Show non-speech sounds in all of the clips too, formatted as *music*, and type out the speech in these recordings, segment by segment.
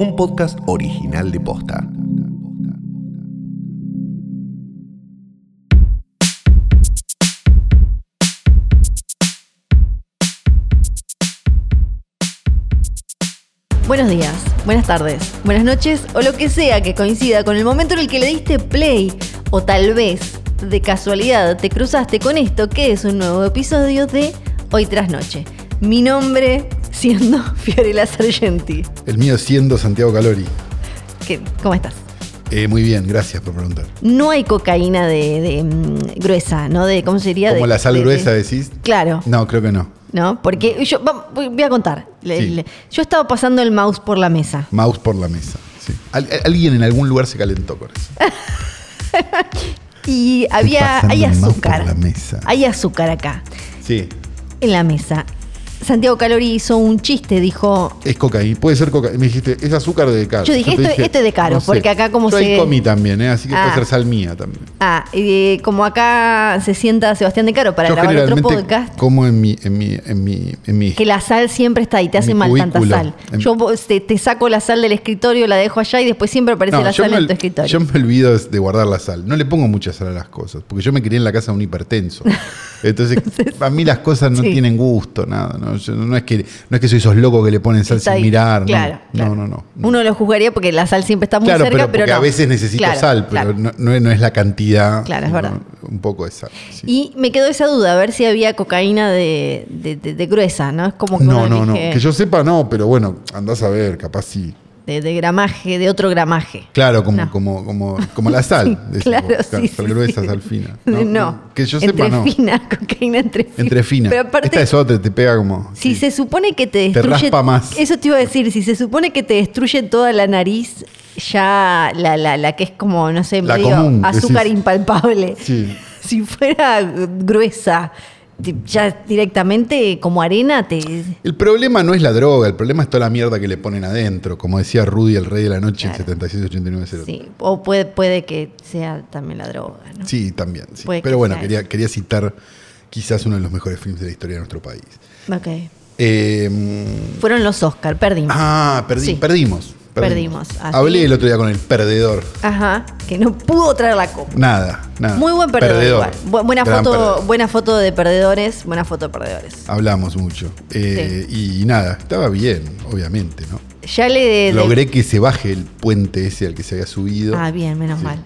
un podcast original de Posta. Buenos días, buenas tardes, buenas noches o lo que sea que coincida con el momento en el que le diste play o tal vez de casualidad te cruzaste con esto que es un nuevo episodio de Hoy tras Noche. Mi nombre siendo *laughs* Fiorella Sargenti. El mío siendo Santiago Calori. ¿Qué? ¿Cómo estás? Eh, muy bien, gracias por preguntar. No hay cocaína de, de, mm, gruesa, ¿no? De, ¿Cómo sería? ¿Como De- la sal de- de- gruesa decís? Claro. No, creo que no. ¿No? Porque yo va- voy voy a contar. Le- Sí. le- yo estaba pasando el mouse por la mesa. Mouse por la mesa. sí. Al- al- alguien en algún lugar se calentó con eso. Y había. pasando Hay el mouse azúcar. por la mesa. Hay azúcar acá. Sí. En la mesa. Santiago Calori hizo un chiste, dijo. Es cocaína. Puede ser cocaína. Me dijiste, es azúcar de caro. Yo dije, te esto- este de caro, porque acá como Yo se- ahí comí también, ¿eh? así que Ah. puede ser sal mía también. Ah, eh, como acá se sienta Sebastián de Caro para Yo grabar otro generalmente podcast, como en mi, en mi, en mi, en mi- que la sal siempre está ahí, te en hace mi mal tanta cubículo. sal. En- Yo vos- te, te saco la sal del escritorio, la dejo allá y después siempre aparece No, la yo sal me en ol- tu escritorio. Yo me olvido de guardar la sal. No le pongo mucha sal a las cosas, porque yo me crié en la casa de *laughs* un hipertenso. Entonces, a mí las cosas no Sí. tienen gusto, nada. No, Yo- no es que, no es que soy esos locos que le ponen sal Está sin ahí. mirar. no. Claro, no, claro. no, no, no. Uno lo juzgaría porque la sal siempre está muy claro, cerca, pero, porque no. a veces necesito Claro, sal, pero claro. no, no- no es la cantidad. Claro, es sino verdad. Un poco de sal. sí. Y me quedó esa duda, a ver si había cocaína de, de- de- de gruesa, ¿no? Es como que No, uno no, no. elige Que yo sepa, no, pero bueno, andás a ver, capaz sí. de, de gramaje, de otro gramaje. Claro, como, No. como, como, *laughs* como la sal. decís claro, vos, sí, sal sí, gruesa, sí. sal *laughs* fina. No, Que yo sepa, entre no. fina, *laughs* cocaína entre fina. Entre fina. Pero aparte, Esta es otra, te pega como. si sí. se supone que te destruye... raspa más. Eso te iba a decir, si se supone que te destruye toda la nariz, ya la, la, la que es como, no sé, La medio común, azúcar decís. impalpable. Sí. *laughs* Si fuera eh, gruesa, te- ya directamente como arena te... El problema no es la droga, el problema es toda la mierda que le ponen adentro, como decía Rudy, el rey de la noche Claro. en 76-89-0. Sí. Sí, o puede, puede que sea también la droga, ¿no? también. sí. Puede que Pero bueno, sea quería, quería citar quizás uno de los mejores films de la historia de nuestro país. Ok. Eh, Fueron los Oscar, perdimos. ah, perdí- Sí. perdimos. Perdimos, así. Hablé el otro día con el perdedor. Ajá, que no pudo traer la copa. Nada, nada. Muy buen perdedor. Ah, Perdedor. igual. Bu- buena, Gran foto, perdedor. buena foto de perdedores, buena foto de perdedores. Hablamos mucho. Eh, Y nada, estaba bien, obviamente, ¿no? Ya le... de- de- Logré que se baje el puente ese al que se había subido. Ah, bien, menos Sí. mal.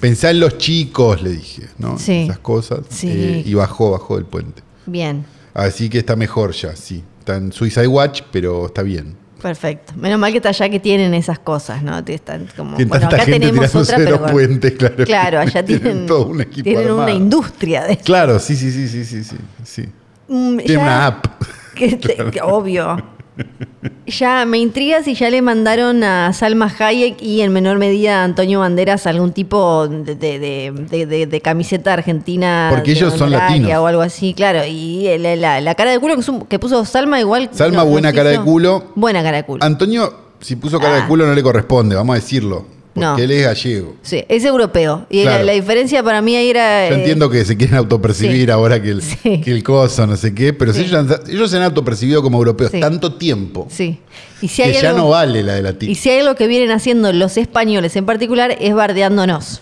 Pensá en los chicos, le dije, ¿no? Sí. Esas cosas. Sí. Eh, y bajó, bajó del puente. Bien, Así que está mejor ya, sí. Está en Suicide Watch, pero está bien. perfecto. Menos mal que está allá que tienen esas cosas, ¿no? Te Están como... Tiene tanta gente tirándose de los bueno, puentes, claro. Claro, allá tienen, *laughs* Tienen todo un equipo tienen una armado. industria de... Claro, sí, sí, sí, sí, sí, sí. sí. Mm, Tiene ya- una app. *laughs* que te- que obvio. Ya me intriga si ya le mandaron a Salma Hayek y en menor medida a Antonio Banderas algún tipo de, de- de- de- de- de camiseta argentina. Porque de ellos son honoraria latinos. O algo así, claro. Y la, la- la cara de culo que, su- que puso Salma igual. Salma, nos- buena nos cara de hizo- culo. Buena cara de culo. Antonio, si puso cara Ah. de culo, no le corresponde, vamos a decirlo. Porque No. él es gallego. Sí, es europeo. Y Claro. la, la diferencia para mí ahí era. Yo eh, entiendo que se quieren autopercibir sí. ahora que el, Sí. que el coso, no sé qué, pero Sí. si ellos, han- ellos se han autopercibido como europeos Sí. tanto tiempo Sí. Y si hay que ya algo- no vale la de latino. Y si hay algo que vienen haciendo los españoles en particular es bardeándonos.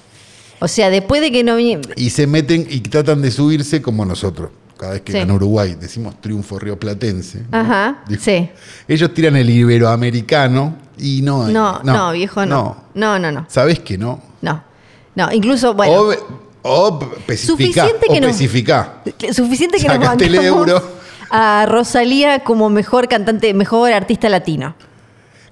O sea, después de que no vi- y se meten y tratan de subirse como nosotros. Cada vez que Sí. Ah. gana Uruguay, decimos triunfo rioplatense. ¿no? Ajá, Dijo. sí. Ellos tiran el iberoamericano y no. eh, No, no, viejo, no. No, no, no. ¿Sabés que no? No. No, incluso, bueno, o, o especificá, Suficiente o que no. especificá. suficiente que nos sacaste el bancamos euro. a Rosalía como mejor cantante, mejor artista latino.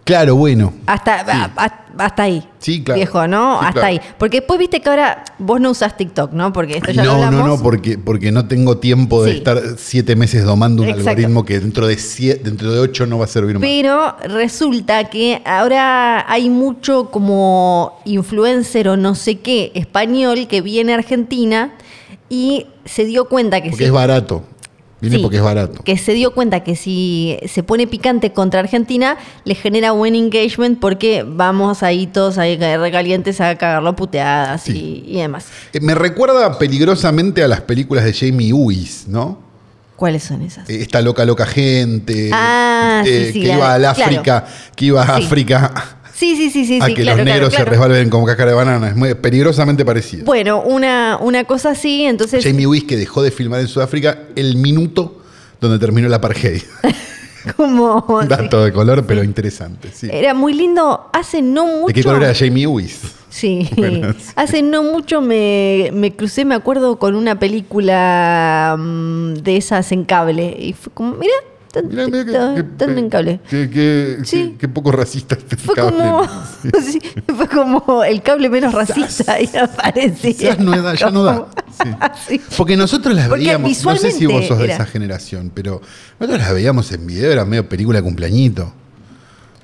Claro, bueno. Hasta, Sí. a- a- hasta ahí. Sí, claro. Viejo, ¿no? Sí, hasta claro. ahí. Porque después viste que ahora vos no usás TikTok, ¿no? Porque esto ya lo No, no, hablamos. no, porque, porque no tengo tiempo de Sí. estar siete meses domando un Exacto. algoritmo que dentro de siete, dentro de ocho no va a servir más. Pero resulta que ahora hay mucho como influencer o no sé qué español que viene a Argentina y se dio cuenta que Porque sí. es barato. Viene Sí, porque es barato. Que se dio cuenta que si se pone picante contra Argentina, le genera buen engagement porque vamos ahí todos ahí recalientes a cagarlo a puteadas y- Sí. y, demás. Eh, Me recuerda peligrosamente a las películas de Jamie Uis, ¿no? ¿Cuáles son esas? Eh, Esta loca, loca gente. eh, Ah, sí, sí, que la- iba al claro. África, que iba a Sí. África *laughs* Sí, sí, sí, sí, a sí, Ah, que claro, claro, los negros se claro. resbalen como cáscara de banana. Es muy peligrosamente parecido. Bueno, una, una cosa así, entonces. Jamie Wiss que dejó de filmar en Sudáfrica el minuto donde terminó la apartheid. *laughs* Como. Un *laughs* Dato de color, pero interesante. sí. Era muy lindo. Hace no mucho. ¿De qué color era Jamie Wiss? Sí. Bueno, sí. Hace no mucho me, me crucé, me acuerdo, con una película mm, de esas en cable. Y fue como, mira, tan, Mirá, mirá que- tan- que- tan en cable. que- que- Sí. que- que poco racista este Fue cable. como, *laughs* sí, fue como el cable menos racista y *laughs* aparecía. Quizás no da, ya *laughs* no da. ah, Sí. Porque nosotros las Porque veíamos, no sé si vos sos de era. esa generación, pero nosotros las veíamos en video, era medio película de cumpleañito.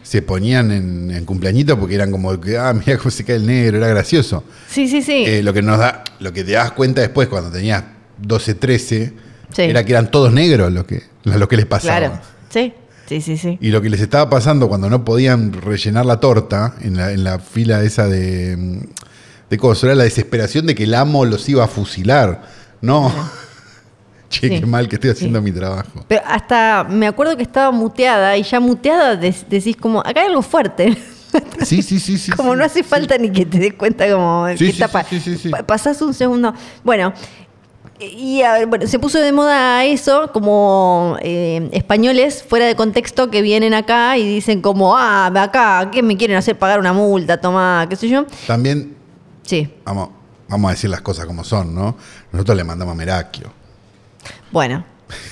Se ponían en, en cumpleañito porque eran como, que, ah, mira cómo se cae el negro, era gracioso. Sí, sí, sí. Eh, lo que nos da, lo que te das cuenta después cuando tenías 12, 13, Sí. era que eran todos negros lo que, lo que les pasaba. claro. Sí, sí, sí, sí. Y lo que les estaba pasando cuando no podían rellenar la torta en la, en la fila esa de, mm, de cosas, era la desesperación de que el amo los iba a fusilar. No. *laughs* che, Sí. qué mal que estoy haciendo mi trabajo. Pero hasta me acuerdo que estaba muteada y ya muteada de- decís como, acá hay algo fuerte. *laughs* Sí, sí, sí, sí. como sí. no hace falta ni que te des cuenta como Sí, que sí, está sí, pa- sí, sí, sí. pa- pasás un segundo. Bueno, y a ver, bueno, se puso de moda eso, como eh, españoles fuera de contexto que vienen acá y dicen como, ah, acá, ¿qué me quieren hacer pagar una multa? Tomá, qué sé yo. También, Sí, vamos, vamos a decir las cosas como son, ¿no? Nosotros le mandamos a Merakio. bueno.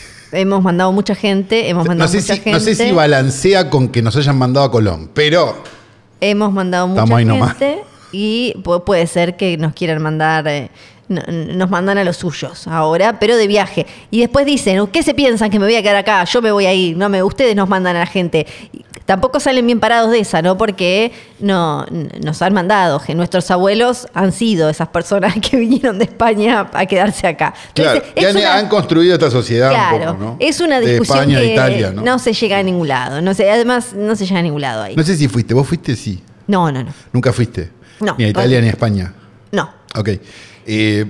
*laughs* Hemos mandado mucha gente, hemos No mandado sé, mucha si, gente. no sé si balancea con que nos hayan mandado a Colón, pero Hemos mandado mucha Estamos ahí nomás. gente y pu- puede ser que nos quieran mandar, eh, no- nos mandan a los suyos ahora, pero de viaje. Y después dicen, ¿qué se piensan que me voy a quedar acá? Yo me voy a ir, no me, ustedes nos mandan a la gente. Y tampoco salen bien parados de esa, ¿no? Porque no, n- nos han mandado, que nuestros abuelos han sido esas personas *laughs* que vinieron de España a quedarse acá. claro, Entonces, es que han, una- han construido esta sociedad un claro, poco, ¿no? es una discusión de España, que de Italia, ¿no? se llega a ningún lado. No sé, además, no se llega a ningún lado ahí. No sé si fuiste, vos fuiste, sí. No, no, no. Nunca fuiste. No. Ni a Italia ni a España. No, Ok. Eh,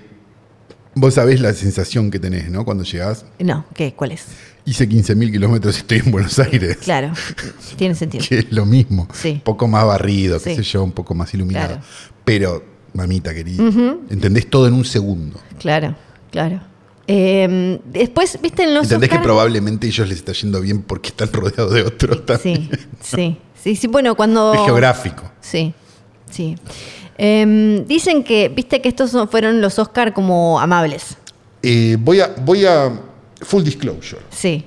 vos sabés la sensación que tenés, ¿no? Cuando llegás. No, ¿qué? ¿Cuál es? Hice 15.000 kilómetros y estoy en Buenos Aires. Claro, *laughs* tiene sentido. *laughs* Que es lo mismo. Sí. Un poco más barrido, qué Sí. sé yo, un poco más iluminado. Claro. Pero, mamita querida, entendés todo en un segundo. Claro, claro. Eh, después, viste, en los entendés que Oscar- probablemente a ellos les está yendo bien porque están *laughs* rodeados de otros también. Sí, sí, sí, sí, bueno, cuando... Es geográfico. Sí, sí. Eh, dicen que, viste, que estos son- fueron los Oscar como amables. Eh, voy, a, voy a. Full disclosure. Sí.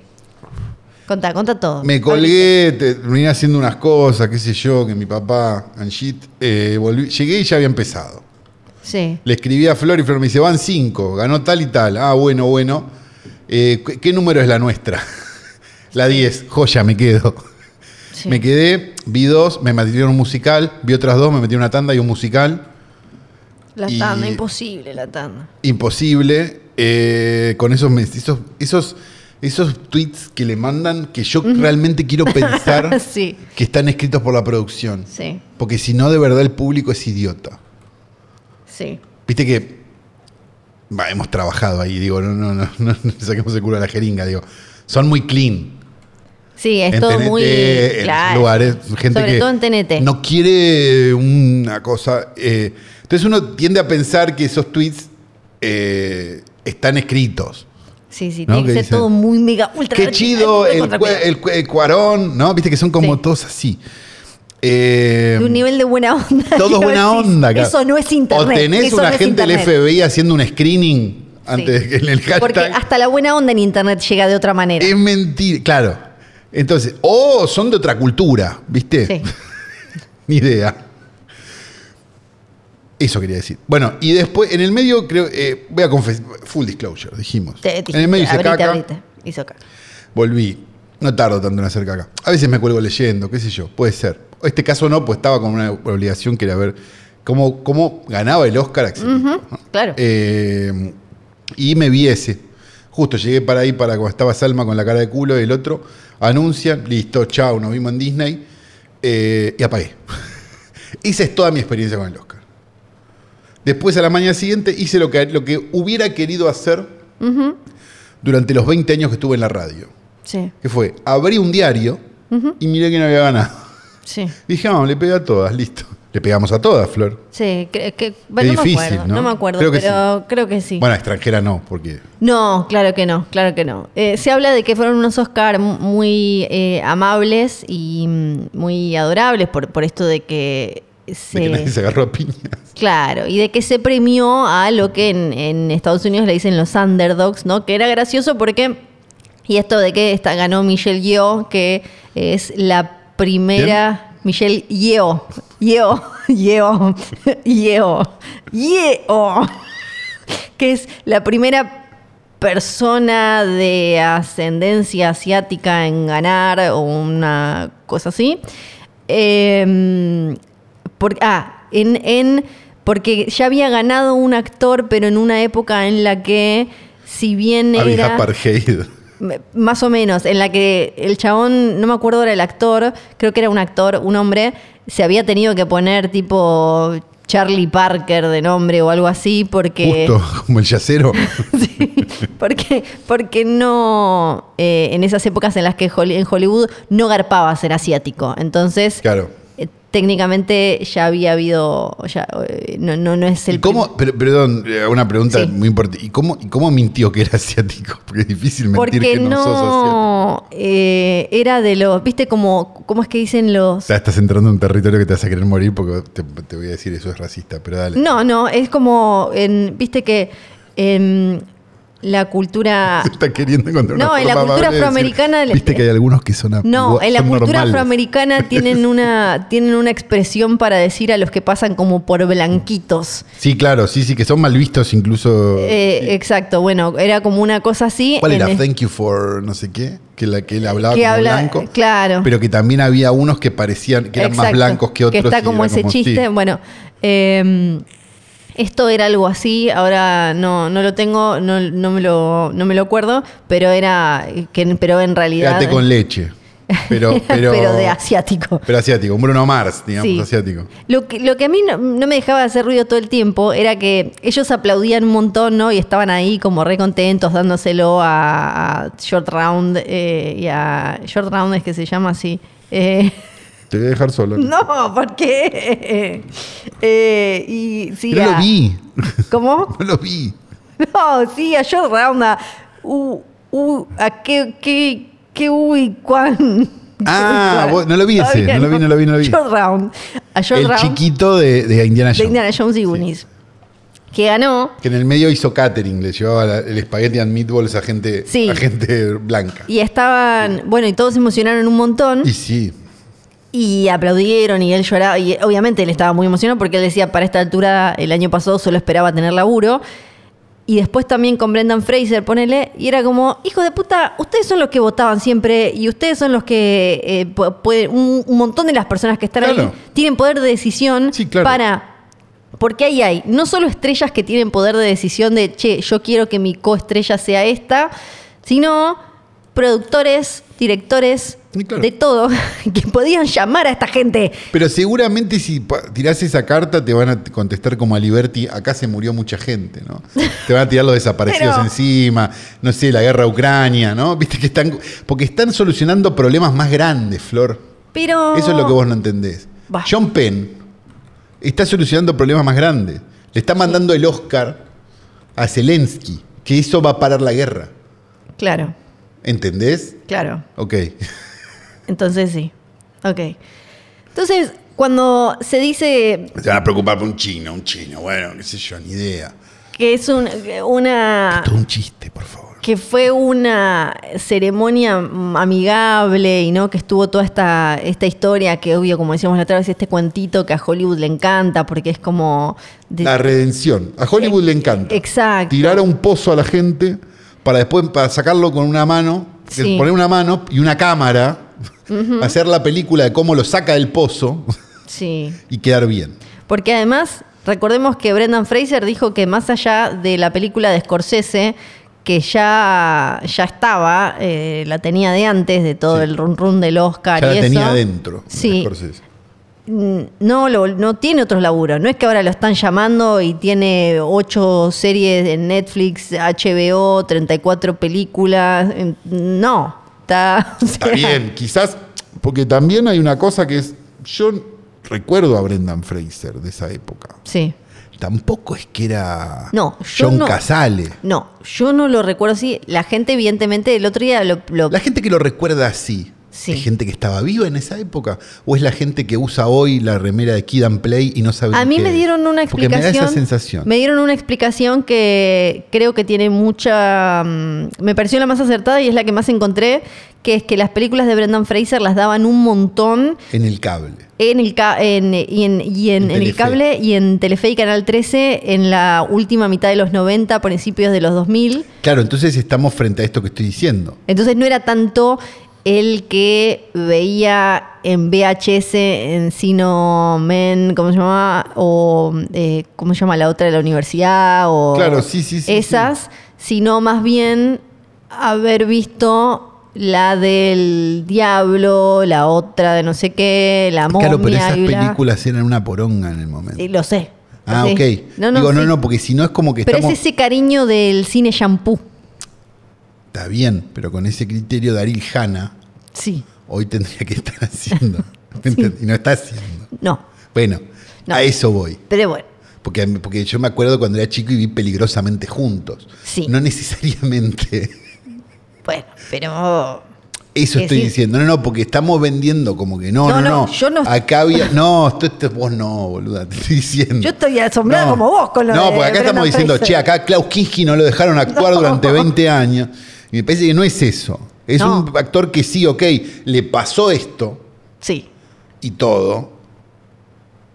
Contá, contá todo. Me colgué, te- terminé haciendo unas cosas, qué sé yo, que mi papá, Anshit, eh, volví- llegué y ya había empezado. Sí. Le escribí a Flor y Flor me dice, van cinco, ganó tal y tal. Ah, bueno, bueno. Eh, ¿qué, qué número es la nuestra? *laughs* la 10, joya, me quedo. sí. Me quedé, vi dos, me metieron un musical, vi otras dos, me metí una tanda y un musical. La y- tanda, imposible la tanda. Imposible. eh, con esos, mes- esos, esos, esos tweets que le mandan que yo *laughs* realmente quiero pensar Sí, que están escritos por la producción. sí, Porque si no, de verdad el público es idiota. sí. Viste que bah, hemos trabajado ahí, digo, no, no, no, no, no saquemos el culo a la jeringa, digo. Son muy clean. Sí, es en todo TNT, muy... en claro. lugares, gente Sobre que todo en TNT. no quiere una cosa. eh, entonces uno tiende a pensar que esos tweets eh, están escritos. Sí, sí, ¿no? tiene que que ser dicen, todo muy mega ultra. Qué rápido, *laughs* chido ultra el, rápido". cue- el, cue- el cuarón, ¿no? Viste que son como Sí. todos así. Eh, De un nivel de buena onda. *laughs* que Todo vos buena decís, onda, claro. Eso no es internet. O tenés eso un no es agente del internet". FBI haciendo un screening antes de que en el hashtag. Porque hasta la buena onda en internet llega de otra manera. Es mentira, claro. Entonces, o son de otra cultura, ¿viste? Sí. *laughs* Ni idea. Eso quería decir. Bueno, y después, en el medio, creo, eh, voy a confesar, full disclosure, dijimos. *laughs* Te dije, en el medio hice abrite, caca, abrite. Hizo caca. volví. No tardo tanto en hacer caca. A veces me cuelgo leyendo, qué sé yo, puede ser. Este caso no, pues estaba con una obligación que era ver cómo, cómo ganaba el Oscar. accesible, ¿no? claro. Ah, Eh, y me vi ese. Justo llegué para ahí, para cuando estaba Salma con la cara de culo y el otro. Anuncian, listo, chao, nos vimos en Disney. Eh, y apagué. *laughs* Esa es toda mi experiencia con el Oscar. Después, a la mañana siguiente, hice lo que, lo que hubiera querido hacer durante los 20 años que estuve en la radio. Sí, Que fue, abrí un diario y miré que no había ganado. *laughs* sí. Dije, ah, le pegué a todas, listo. Le pegamos a todas, Flor. Sí, que, que- bueno, Es no difícil, me acuerdo, ¿no? ¿no? me acuerdo, Creo que pero creo que sí. Bueno, a extranjera no, porque No, claro que no, claro que no. Eh, se habla de que fueron unos Oscar mu- muy eh, amables y mm, muy adorables por, por esto de que de que nadie se... *laughs* se agarró a piña. Claro, y de que se premió a lo que en, en Estados Unidos le dicen los underdogs, ¿no? Que era gracioso porque... Y esto de que esta, ganó Michelle Yeoh, que es la primera... Michelle Yeoh, Yeoh, *laughs* Yeoh, Yeoh, Yeoh, que es la primera persona de ascendencia asiática en ganar o una cosa así. Eh, por- ah, en, en- porque ya había ganado un actor, pero en una época en la que, si bien Había era... apartheid. M- Más o menos, en la que el chabón, no me acuerdo era el actor, creo que era un actor, un hombre, se había tenido que poner tipo Charlie Parker de nombre o algo así porque... Justo, *laughs* como *laughs* el yacero. Sí, *laughs* porque, porque no, eh, en esas épocas en las que Hol- en Hollywood no garpaba ser asiático. Entonces, Claro. eh, técnicamente ya había habido, ya, eh, no, no, no es el... ¿Y cómo, pero- perdón, eh, una pregunta Sí. muy importante. ¿Y cómo, y cómo mintió que era asiático? Porque es difícil mentir Porque que no, sos asiático. no, eh, era de los, viste como, ¿cómo es que dicen los? Ya estás entrando en un territorio que te vas a querer morir porque te, te voy a decir eso es racista, pero dale. No, no, es como, en, viste que en la *laughs* cultura... *laughs* Se está queriendo encontrar una No, en la forma cultura amable de decir, afroamericana del- Viste que hay algunos que son a- No, igual- en la son cultura normales. afroamericana tienen *laughs* una, tienen una expresión para decir a los que pasan como por blanquitos. Sí, claro, sí, sí, que son mal vistos incluso. Eh, Sí. Exacto, bueno, era como una cosa así. ¿Cuál en era? es- Thank you for no sé qué, que la que él hablaba Que como habla- blanco. claro. Pero que también había unos que parecían, que eran más Exacto, blancos que otros. Que está y como era ese chiste. sí. Bueno, eh, esto era algo así, ahora no, no lo tengo, no, no me lo, no me lo acuerdo, pero era, que, pero en realidad... Era *laughs* té con leche. Pero, pero, pero de asiático. Pero asiático, un Bruno Mars, digamos, Sí. asiático. Lo que, lo que a mí no, no me dejaba de hacer ruido todo el tiempo era que ellos aplaudían un montón, ¿no? Y estaban ahí como re contentos dándoselo a, a Short Round eh, y a Short Round es que se llama así. Eh, *laughs* Te voy a dejar solo. no, ¿por qué? Eh, y sí, Yo a- lo vi. *laughs* ¿Cómo? No lo vi. No, sí, a Short Round a... u- u- a qué, qué, qué uy, cuán... *laughs* Ah, vos- no lo vi ese, Todavía no lo vi, no lo vi, no lo vi. Short Round. A Short El Round. chiquito de, de Indiana Jones. de Indiana Jones y Goonies. Que ganó. Que en el medio hizo catering, le llevaba la- el espagueti and meatballs a gente, Sí. a gente blanca. Y estaban, bueno, y todos se emocionaron un montón Y sí, y aplaudieron y él lloraba. Y obviamente él estaba muy emocionado porque él decía, para esta altura, el año pasado solo esperaba tener laburo. Y después también con Brendan Fraser, ponele, y era como, hijo de puta, ustedes son los que votaban siempre y ustedes son los que, eh, pu- pueden- un, un montón de las personas que están ahí Claro. tienen poder de decisión Sí, claro. para... Porque ahí hay no solo estrellas que tienen poder de decisión de, che, yo quiero que mi coestrella sea esta, sino productores, directores, Sí, claro. de todo, *laughs* que podían llamar a esta gente. Pero seguramente si pa- tirás esa carta te van a t- contestar como a Liberty, acá se murió mucha gente, ¿no? Te van a tirar los desaparecidos Pero- encima, no sé, la guerra a Ucrania, ¿no? *laughs* Viste que están porque están solucionando problemas más grandes, Flor. Pero... Eso es lo que vos no entendés. Bah. John Penn está solucionando problemas más grandes. Le está mandando el Oscar a Zelensky, que eso va a parar la guerra. Claro, ¿Entendés? claro. Ok. Entonces sí. Ok. Entonces, cuando se dice Se van a preocupar por un chino, un chino, bueno, qué sé yo, ni idea. que es un- una... Todo un chiste, por favor. que fue una ceremonia mm, amigable y no que estuvo toda esta, esta historia que obvio, como decíamos la otra vez, este cuentito que a Hollywood le encanta porque es como... de- La redención. A Hollywood le encanta. Exacto. Tirar a un pozo a la gente para después para sacarlo con una mano, Sí. poner una mano y una cámara, hacer la película de cómo lo saca del pozo Sí. y quedar bien. Porque además, recordemos que Brendan Fraser dijo que más allá de la película de Scorsese, que ya, ya estaba, eh, la tenía de antes, de todo Sí. el run run del Oscar y Ya la eso. tenía adentro. Sí. Scorsese. mm, no, lo- no tiene otros laburos. No es que ahora lo están llamando y tiene ocho series en Netflix, HBO, 34 películas. Mm, No. Está, *laughs* o Está sea, bien, quizás, porque también hay una cosa que es, yo recuerdo a Brendan Fraser de esa época. Sí. Tampoco es que era No, yo John no. Casale. No, yo no lo recuerdo así. La gente, evidentemente, el otro día lo. lo- La gente que lo recuerda así, Sí. ¿es gente que estaba viva en esa época? ¿O es la gente que usa hoy la remera de Kid and Play y no sabe a ni mí qué me es? dieron una Porque explicación. me da esa sensación. me dieron una explicación que creo que tiene mucha. mm, Me pareció la más acertada y es la que más encontré, que es que las películas de Brendan Fraser las daban un montón En el cable. en el, ca- en, y en, y en- en En el Telefe. cable y en Telefe y Canal 13 en la última mitad de los 90, principios de los 2000. Claro, entonces estamos frente a esto que estoy diciendo. Entonces no era tanto el que veía en VHS, en Sino Men, ¿cómo se llama? O eh, ¿cómo se llama la otra de la universidad? O Claro, sí, sí, sí, Esas, sino más bien haber visto la del diablo, la otra de no sé qué, la momia. claro, pero esas y bla. películas eran una poronga en el momento. Sí, lo sé. lo ah, sé. ok. Digo, no, sí. no, porque si no es como que Pero estamos... es ese cariño del cine shampoo. Está bien, pero con ese criterio Daryl Hanna Sí. hoy tendría que estar *laughs* haciendo. ¿Me entendés? Y no está haciendo. No. Bueno, No. a eso voy. Pero bueno. Porque, a mí- porque yo me acuerdo cuando era chico y vi peligrosamente juntos. Sí. No necesariamente. *laughs* Bueno, pero. Eso Es estoy decir- diciendo. No, no, porque estamos vendiendo como que no, No, no, no, no. yo no- Acá había. No, esto, esto- vos no, boluda, te estoy diciendo. Yo estoy asombrada No. como vos con lo No, de porque acá Brendan estamos diciendo, Fraser. che, acá Klaus Kinski no lo dejaron actuar *laughs* No. durante 20 años. Y me parece que no es eso. Es No. un actor que sí, ok, le pasó esto Sí. y todo,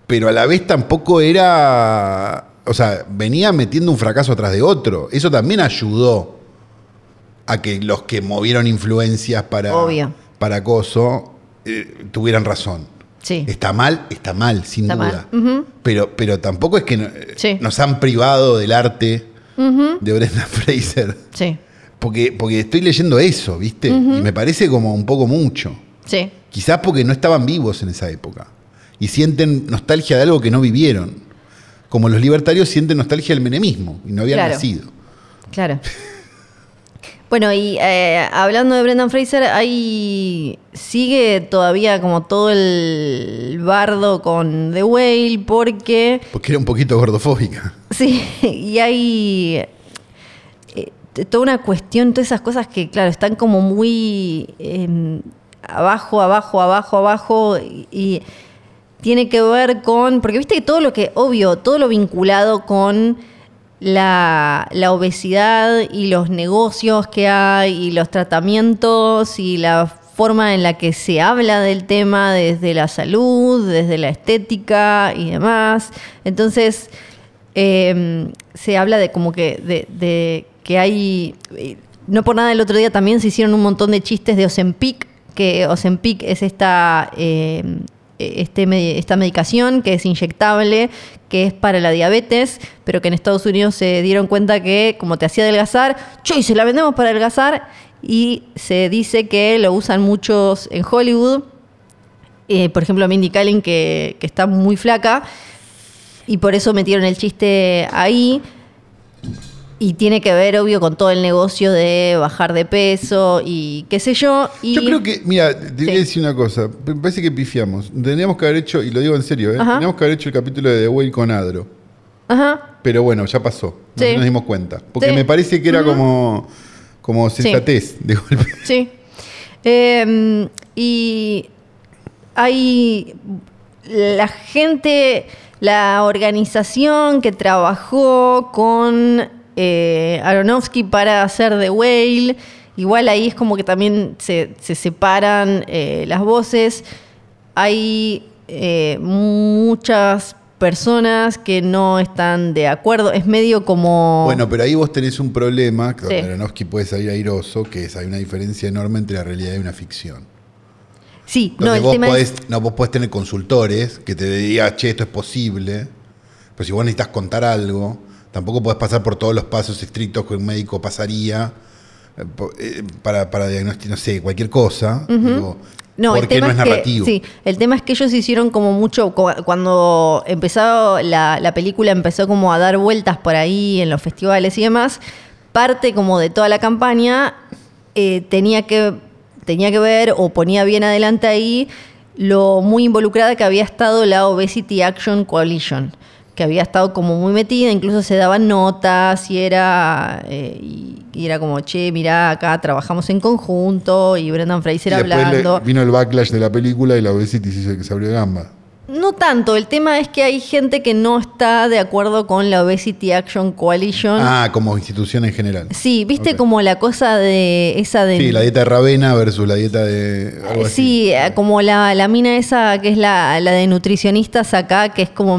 pero a la vez tampoco era. O sea, venía metiendo un fracaso atrás de otro. Eso también ayudó a que los que movieron influencias para, Obvio. para acoso eh, tuvieran razón. Sí. Está mal, está mal, sin Está duda. mal, ujú. pero, pero tampoco es que no- eh, Sí. nos han privado del arte de Brenda *laughs* Fraser. Sí. Porque, porque estoy leyendo eso, ¿viste? Y me parece como un poco mucho. Sí. Quizás porque no estaban vivos en esa época. Y sienten nostalgia de algo que no vivieron. Como los libertarios sienten nostalgia del menemismo y no habían Claro. nacido. *laughs* Claro. Bueno, y eh, hablando de Brendan Fraser, ahí sigue todavía como todo el bardo con The Whale, porque Porque era un poquito gordofóbica. Sí, *laughs* y hay eh, t- toda una cuestión, todas esas cosas que, claro, están como muy eh, abajo, abajo, abajo, abajo, y, y tiene que ver con, porque viste que todo lo que, obvio, todo lo vinculado con la, la obesidad y los negocios que hay y los tratamientos y la forma en la que se habla del tema desde la salud, desde la estética y demás. Entonces, eh, se habla de como que de, de que hay eh, no por nada el otro día también se hicieron un montón de chistes de Ozempic que Ozempic es esta eh, este me- esta medicación que es inyectable que es para la diabetes pero que en Estados Unidos se dieron cuenta que como te hacía adelgazar ¡choy! se la vendemos para adelgazar y se dice que lo usan muchos en Hollywood eh, por ejemplo, Mindy Kaling, que, que está muy flaca, y por eso metieron el chiste ahí. Y tiene que ver, obvio, con todo el negocio de bajar de peso y qué sé yo. Y, Yo creo que, mira, te voy a Sí. decir una cosa. Me parece que pifiamos. Tendríamos que haber hecho, y lo digo en serio, ¿eh? Ajá. tendríamos que haber hecho el capítulo de The Whale con Adro. Ajá, Pero bueno, ya pasó. No Sí. nos dimos cuenta. Porque Sí. me parece que era como, como sensatez de golpe. sí. Eh, y hay la gente, la organización que trabajó con eh, Aronofsky para hacer The Whale. Igual ahí es como que también se, se separan eh, las voces. Hay eh, muchas personas que no están de acuerdo. Es medio como... Bueno, pero ahí vos tenés un problema, que Oh. Sí. Aronofsky puede salir airoso, que es hay una diferencia enorme entre la realidad y una ficción. sí, no, Donde el vos, tema podés, es... no, vos podés tener consultores que te digan, che, esto es posible. Pero si vos necesitas contar algo, tampoco podés pasar por todos los pasos estrictos que un médico pasaría eh, po- eh, para, para diagnosticar, no sé, cualquier cosa. digo, No, el porque tema no es es que- narrativo. sí, el tema es que ellos hicieron como mucho, cu- cuando empezó la, la película empezó como a dar vueltas por ahí en los festivales y demás, parte como de toda la campaña eh, tenía, que, tenía que ver o ponía bien adelante ahí lo muy involucrada que había estado la Obesity Action Coalition, que había estado como muy metida, incluso se daban notas y era, eh, y, y era como, che, mirá, acá trabajamos en conjunto y Brendan Y Fraser después le- hablando. vino el backlash de la película y la obesity se hizo que se abrió gamba. No tanto, el tema es que hay gente que no está de acuerdo con la Obesity Action Coalition. Ah, como institución en general. sí, viste ok. como la cosa de esa de... Sí, la dieta de Ravena versus la dieta de. algo así. Sí, eh, como la, la mina esa que es la, la de nutricionistas acá, que es como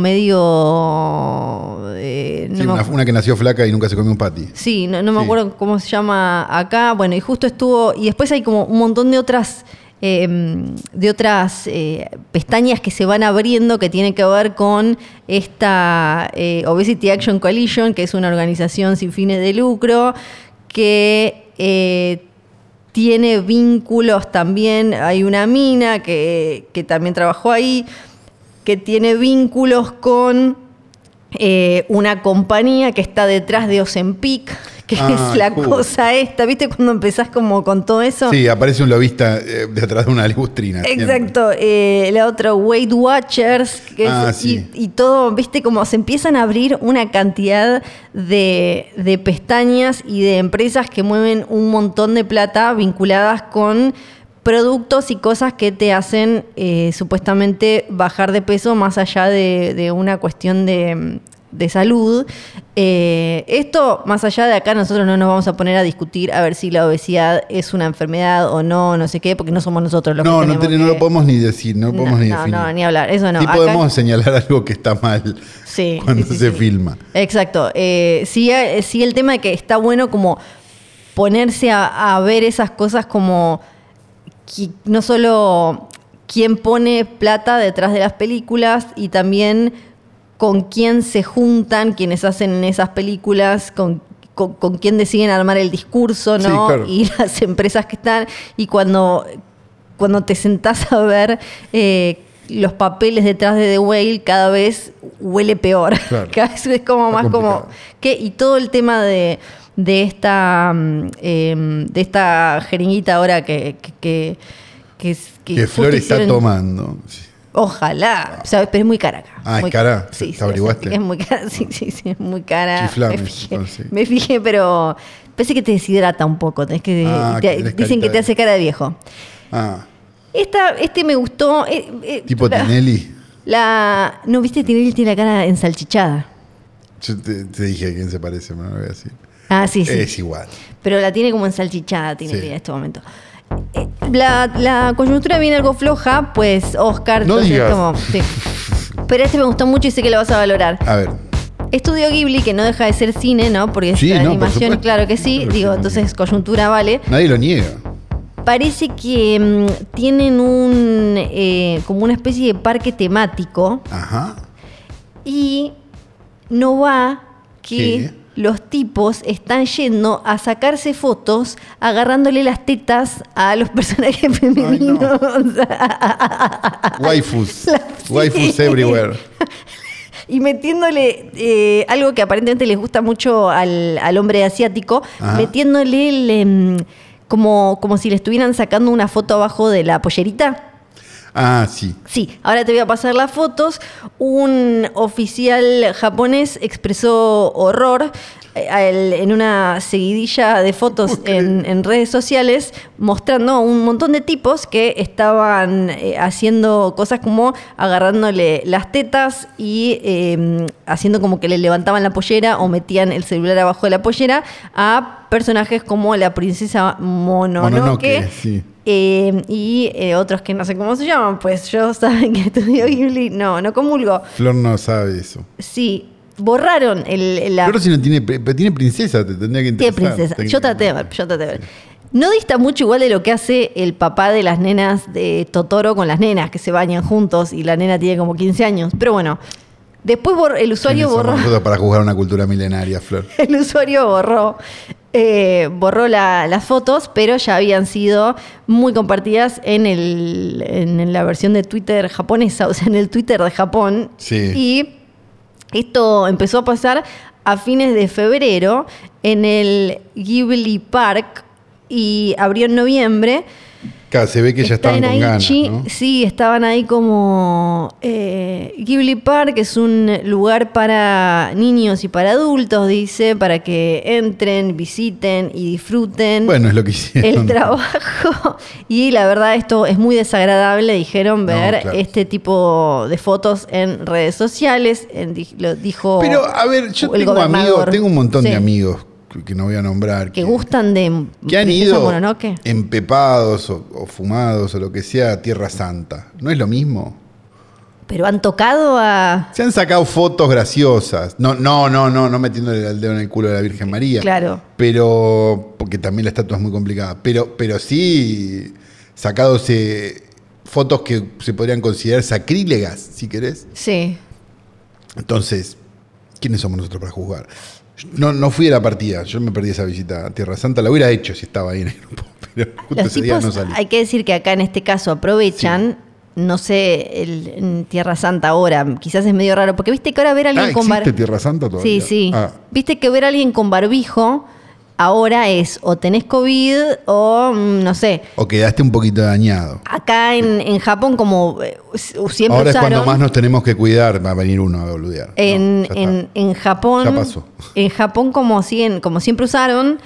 medio... eh, no Sí, me una, acu- una que nació flaca y nunca se comió un patty. Sí, no, no me Sí. acuerdo cómo se llama acá. Bueno, y justo estuvo. Y después hay como un montón de otras. eh, de otras eh, pestañas que se van abriendo que tienen que ver con esta eh, Obesity Action Coalition, que es una organización sin fines de lucro, que eh, tiene vínculos también, hay una mina que, que también trabajó ahí, que tiene vínculos con eh, una compañía que está detrás de Ozempic, que Ah, es la justo. cosa esta, ¿viste? Cuando empezás como con todo eso. Sí, aparece un lobista eh, de atrás de una ligustrina. siempre. Exacto, eh, la otra Weight Watchers que es- Ah, y- sí. y, todo, viste, como se empiezan a abrir una cantidad de, de pestañas y de empresas que mueven un montón de plata vinculadas con productos y cosas que te hacen eh, supuestamente bajar de peso más allá de, de una cuestión de, de salud. Eh, esto, más allá de acá, nosotros no nos vamos a poner a discutir a ver si la obesidad es una enfermedad o no, no sé qué, porque no somos nosotros los No, que no, tenemos ten- no que- lo podemos ni decir, no lo podemos no, ni no, definir. no, ni hablar, eso no. sí Acá- podemos señalar algo que está mal Sí, *laughs* cuando sí, sí, se sí. filma. Exacto. Eh, sí, eh, sí, el tema de que está bueno como ponerse a, a ver esas cosas como qui- no solo quién pone plata detrás de las películas y también con quién se juntan quienes hacen esas películas, con, con, con quién deciden armar el discurso, Sí, ¿no? claro. Y *laughs* las empresas que están. Y cuando, cuando te sentás a ver eh, los papeles detrás de The Whale, cada vez huele peor. *laughs* Claro. Cada vez es como Está más como. complicado. ¿qué? Y todo el tema de, de esta mm, em, de esta jeringuita ahora que. que, que que, es- que Que justo Flor está hicieron- tomando. Sí. Ojalá, ¿sabes? Pero es muy cara acá. Ah, ¿es Muy cara? Sí, ¿Te sí, averiguaste? sí, Es muy cara, *laughs* sí, sí, sí, es muy cara. Chiflame, ah, me, fijé, entonces. me fijé, pero parece que te deshidrata un poco. tenés que, Ah, te- que tenés dicen carita que te de- hace cara de viejo. Ah, Esta, este me gustó. eh, eh, tipo la, Tinelli. la- No, viste, Tinelli tiene la cara ensalchichada. Yo te, te dije a quién se parece, me lo voy a decir. Ah, sí, sí. Es igual. Pero la tiene como ensalchichada, tiene Sí. en este momento. Eh, La, la coyuntura viene algo floja, pues Oscar. No entonces digas. como- *laughs* sí. Pero este me gustó mucho y sé que lo vas a valorar. A ver, Estudio Ghibli, que no deja de ser cine, ¿no? Porque es Sí, no, por animación, supuesto. claro que sí. Claro que Digo, sí, entonces coyuntura vale. nadie lo niega. Parece que mm, tienen un eh, como una especie de parque temático Ajá. y no va que Sí. los tipos están yendo a sacarse fotos agarrándole las tetas a los *laughs* personajes femeninos. O sea, Waifus. *laughs* La- Waifus sí. everywhere. y metiéndole eh, algo que aparentemente les gusta mucho al, al hombre asiático, Ajá. metiéndole el, em, como, como si le estuvieran sacando una foto abajo de la pollerita. Ah, sí. Sí, ahora te voy a pasar las fotos. Un oficial japonés expresó horror eh, al- en una seguidilla de fotos en, en redes sociales mostrando a un montón de tipos que estaban eh, haciendo cosas como agarrándole las tetas y eh, haciendo como que le levantaban la pollera o metían el celular abajo de la pollera a personajes como la princesa Mononoke, Mononoke, sí. eh, y eh, otros que no sé cómo se llaman, pues yo *laughs* saben que estudio Ghibli. No, no comulgo. Flor no sabe eso. Sí, borraron el, la Flor si no tiene, pri- tiene princesa, te tendría que Qué interesar. princesa. Yo traté de ver, técnicamente. yo traté de ver. No dista mucho igual de lo que hace el papá de las nenas de Totoro con las nenas que se bañan juntos y la nena tiene como 15 años. Pero bueno, Después bor- el usuario ¿Quiénes somos borró. nosotros para juzgar una cultura milenaria, Flor. *laughs* El usuario borró, eh, borró la- las fotos, pero ya habían sido muy compartidas en, el, en la versión de Twitter japonesa, *laughs* o sea, en el Twitter de Japón. Sí. Y esto empezó a pasar a fines de febrero en el Ghibli Park y abrió en noviembre. Claro, se ve que ya Está estaban en con ganas, Aichi, ¿no? Sí, estaban ahí como... eh, Ghibli Park es un lugar para niños y para adultos, dice, para que entren, visiten y disfruten Bueno, *laughs* es lo que hicieron. el trabajo. *laughs* Y la verdad, esto es muy desagradable, dijeron, ver claro. este tipo de fotos en redes sociales. en di- lo dijo Pero, a ver, yo el tengo amigos, gobernador. tengo un montón Sí, de amigos que- que no voy a nombrar. Que gustan de... que han Princesa ido Mononoke. empepados o, o fumados o lo que sea a Tierra Santa. ¿No es lo mismo? Pero han tocado a... Se han sacado fotos graciosas. No, no, no, no, no metiéndole el dedo en el culo de la Virgen María. Claro. Pero, porque también la estatua es muy complicada. Pero, pero sí, sacados eh, fotos que se podrían considerar sacrílegas, si querés. Sí. Entonces, ¿quiénes somos nosotros para juzgar? No, no fui a la partida, yo me perdí esa visita a Tierra Santa, la hubiera hecho si estaba ahí en el grupo, *laughs* pero justo Los ese día tipos, no salí. hay que decir que acá en este caso aprovechan, no sé, el- en Tierra Santa ahora, quizás es medio raro, porque viste que ahora ver a Ah, alguien con ¿existe barbijo. Tierra Santa Sí, todavía? sí. Ah, Viste que ver a alguien con barbijo ahora es o tenés COVID o mm, no sé. o quedaste un poquito dañado. Acá en, en Japón, como eh, s- siempre Ahora es usaron. cuando más nos tenemos que cuidar, va a venir uno a boludear. No, En, ya está. en- en Japón. Ya pasó. En Japón, como siguen, como siempre usaron,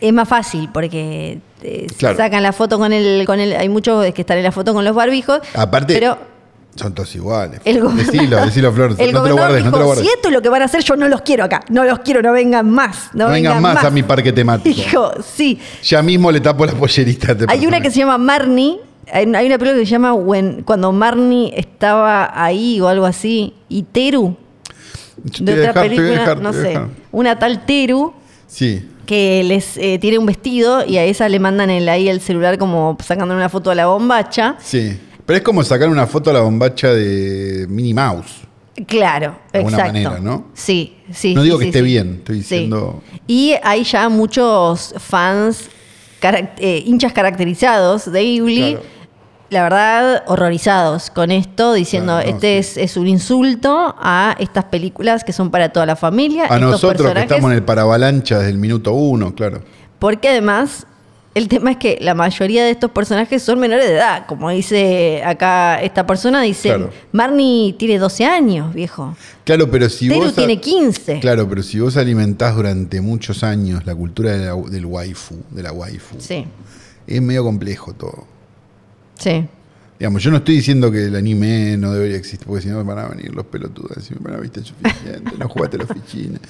es más fácil porque eh, Claro. sacan la foto con el, con el. Hay muchos que están en la foto con los barbijos. Aparte, pero son todos iguales. el gobernador. Decilo, decilo, Flor, el no te lo gobernador guardes, no te lo dijo, guardes. Si esto es lo que van a hacer, yo no los quiero acá. No los quiero, no vengan más. No, No vengan más a mi parque temático. *laughs* Dijo, sí. Ya mismo le tapo la pollerita. te Hay una que se llama Marnie. Hay hay una película que se llama When- cuando Marnie estaba ahí o algo así. Y Teru, Yo de te voy a otra dejar, te voy a película, dejar, no te voy a sé. dejar. Una tal Teru Sí. que les eh, tiene un vestido y a esa le mandan el, ahí el celular como sacándole una foto a la bombacha. Sí. Pero es como sacar una foto a la bombacha de Minnie Mouse. Claro, De alguna exacto. manera, ¿no? Sí, sí. No sí, digo que sí, esté sí. bien, estoy Sí. diciendo- Y hay ya muchos fans, carac- eh, hinchas caracterizados de Ghibli, Claro. la verdad, horrorizados con esto, diciendo, Claro, no, este es, es un insulto a estas películas que son para toda la familia. Ah, A estos nosotros que personajes". estamos en el parabalancha desde el minuto uno, claro. Porque además, el tema es que la mayoría de estos personajes son menores de edad. Como dice acá esta persona, dice, Claro. Marnie tiene 12 años, viejo. Claro, pero si Teru vos. tiene 15. Claro, pero si vos alimentás durante muchos años la cultura de la- del waifu, de la waifu, Sí, es medio complejo todo. sí. Digamos, yo no estoy diciendo que el anime no debería existir, porque si no van a venir los pelotudos a decirme, bueno, viste suficiente, no jugaste la oficina.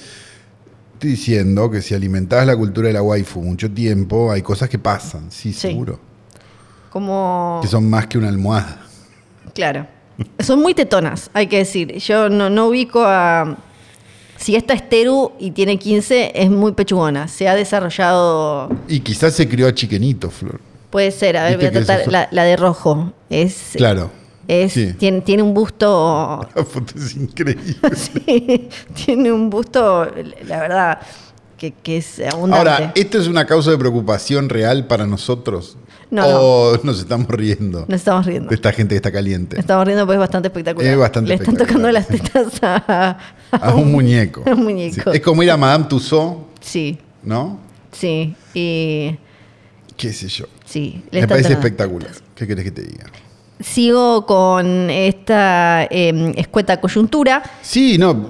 Estoy diciendo que si alimentás la cultura de la waifu mucho tiempo, hay cosas que pasan, sí, Sí. Oh. seguro. Como... Que son más que una almohada. Claro. Son muy tetonas, hay que decir. Yo no, no ubico a... Si esta es Teru y tiene 15, es muy pechugona. Se ha desarrollado... Y quizás se crió a Chiquenito, Flor. Puede ser, a ver, voy Viste a que tratar esos- la, la de rojo. Es, Claro. *laughs* es, Sí. tiene, tiene un busto La foto es increíble. Sí, *laughs* tiene un busto, la verdad, que, que es abundante. Ahora, ¿esto es una causa de preocupación real para nosotros? No, ¿O nos estamos riendo Nos estamos riendo. de esta gente que está Nos caliente? estamos riendo porque es bastante espectacular. Es bastante Le están tocando las espectacular, tetas a, a *laughs* A un muñeco. *laughs* a un muñeco. Sí. Es como ir a Madame Tussaud, Sí, ¿no? sí. Y qué sé yo. sí. le Me están parece tocando. espectacular. ¿Qué querés que te diga? Sigo con esta eh, escueta coyuntura. Sí, no.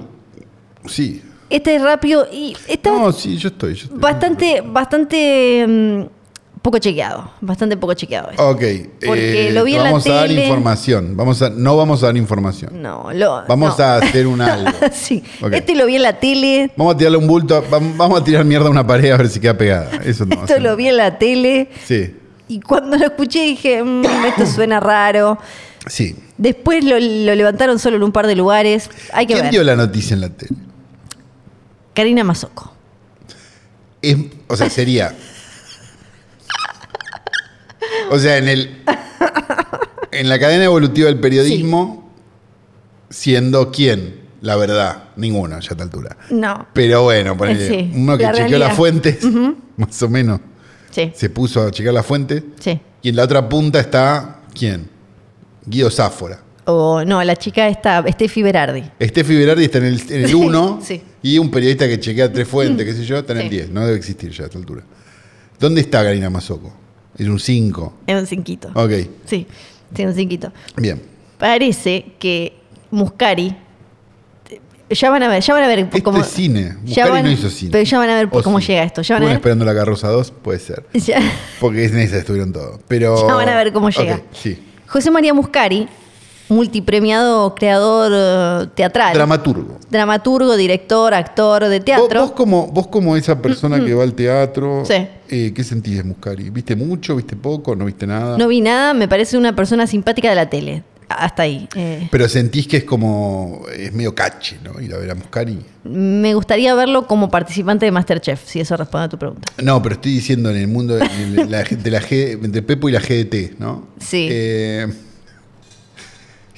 Sí. Este es rápido y está No, sí, yo estoy. yo estoy. bastante, bastante mm, poco chequeado. Bastante poco chequeado. esto. Ok. Porque eh, lo vi te en la vamos a dar tele. información. Vamos a, no vamos a dar información. No, lo, Oh. Vamos no. a *laughs* hacer un algo. sí. Ok. Este lo vi en la tele, Vamos a tirarle un bulto. a- vam- vamos a tirar mierda a una pared a ver si queda pegada. Eso no. esto lo vi en la tele Sí. y cuando lo escuché dije, "Mm, esto suena raro. Sí. Después lo, lo levantaron solo en un par de lugares. Hay que ¿Quién ver. dio la noticia en la tele? Karina Mazoco. Es- o sea, sería. O sea, en el. En la cadena evolutiva del periodismo, siendo quién? la verdad, ninguna ya a esta altura. No. Pero bueno, ponele, Sí, uno que la chequeó realidad. las fuentes, más o menos, Sí. se puso a chequear las fuentes. Sí. Y en la otra punta está, ¿quién? Guido Sáfora. O no, la chica está, Steffi Berardi. Steffi Berardi está en el, en el Sí, 1 sí. y un periodista que chequea tres fuentes, qué sé yo, está en el Sí. 10. No debe existir ya a esta altura. ¿Dónde está Karina Mazoco? Es un 5. Es un cinquito. Ok, Sí, sí, un cinquito. bien. Parece que Muscari. Ya van a ver, ya van a ver Este cómo. es cine. ya Muscari van- no hizo cine. Pero ya van a ver O cómo sí. llega esto. Ya van a Estuvieron ver. esperando la carroza 2, puede ser. *laughs* ya- Porque en esa estuvieron todos. Pero... *laughs* Ya van a ver cómo Ok, llega. sí. José María Muscari, multipremiado creador eh, teatral. Dramaturgo. dramaturgo, director, actor de teatro. Mm, Vos, vos como, vos como esa persona que va al teatro, Sí. eh, ¿qué sentís de Muscari? ¿Viste mucho? ¿Viste poco? ¿No viste nada? No vi nada, me parece una persona simpática de la tele. Hasta ahí. eh. Pero sentís que es como. Es medio cache, ¿no? Ir a ver a Muscari. me gustaría verlo como participante de Masterchef, si eso responde a tu pregunta. No, pero estoy diciendo en el mundo de, en la, de la G- entre Pepo y la GDT, ¿no? Sí. Eh,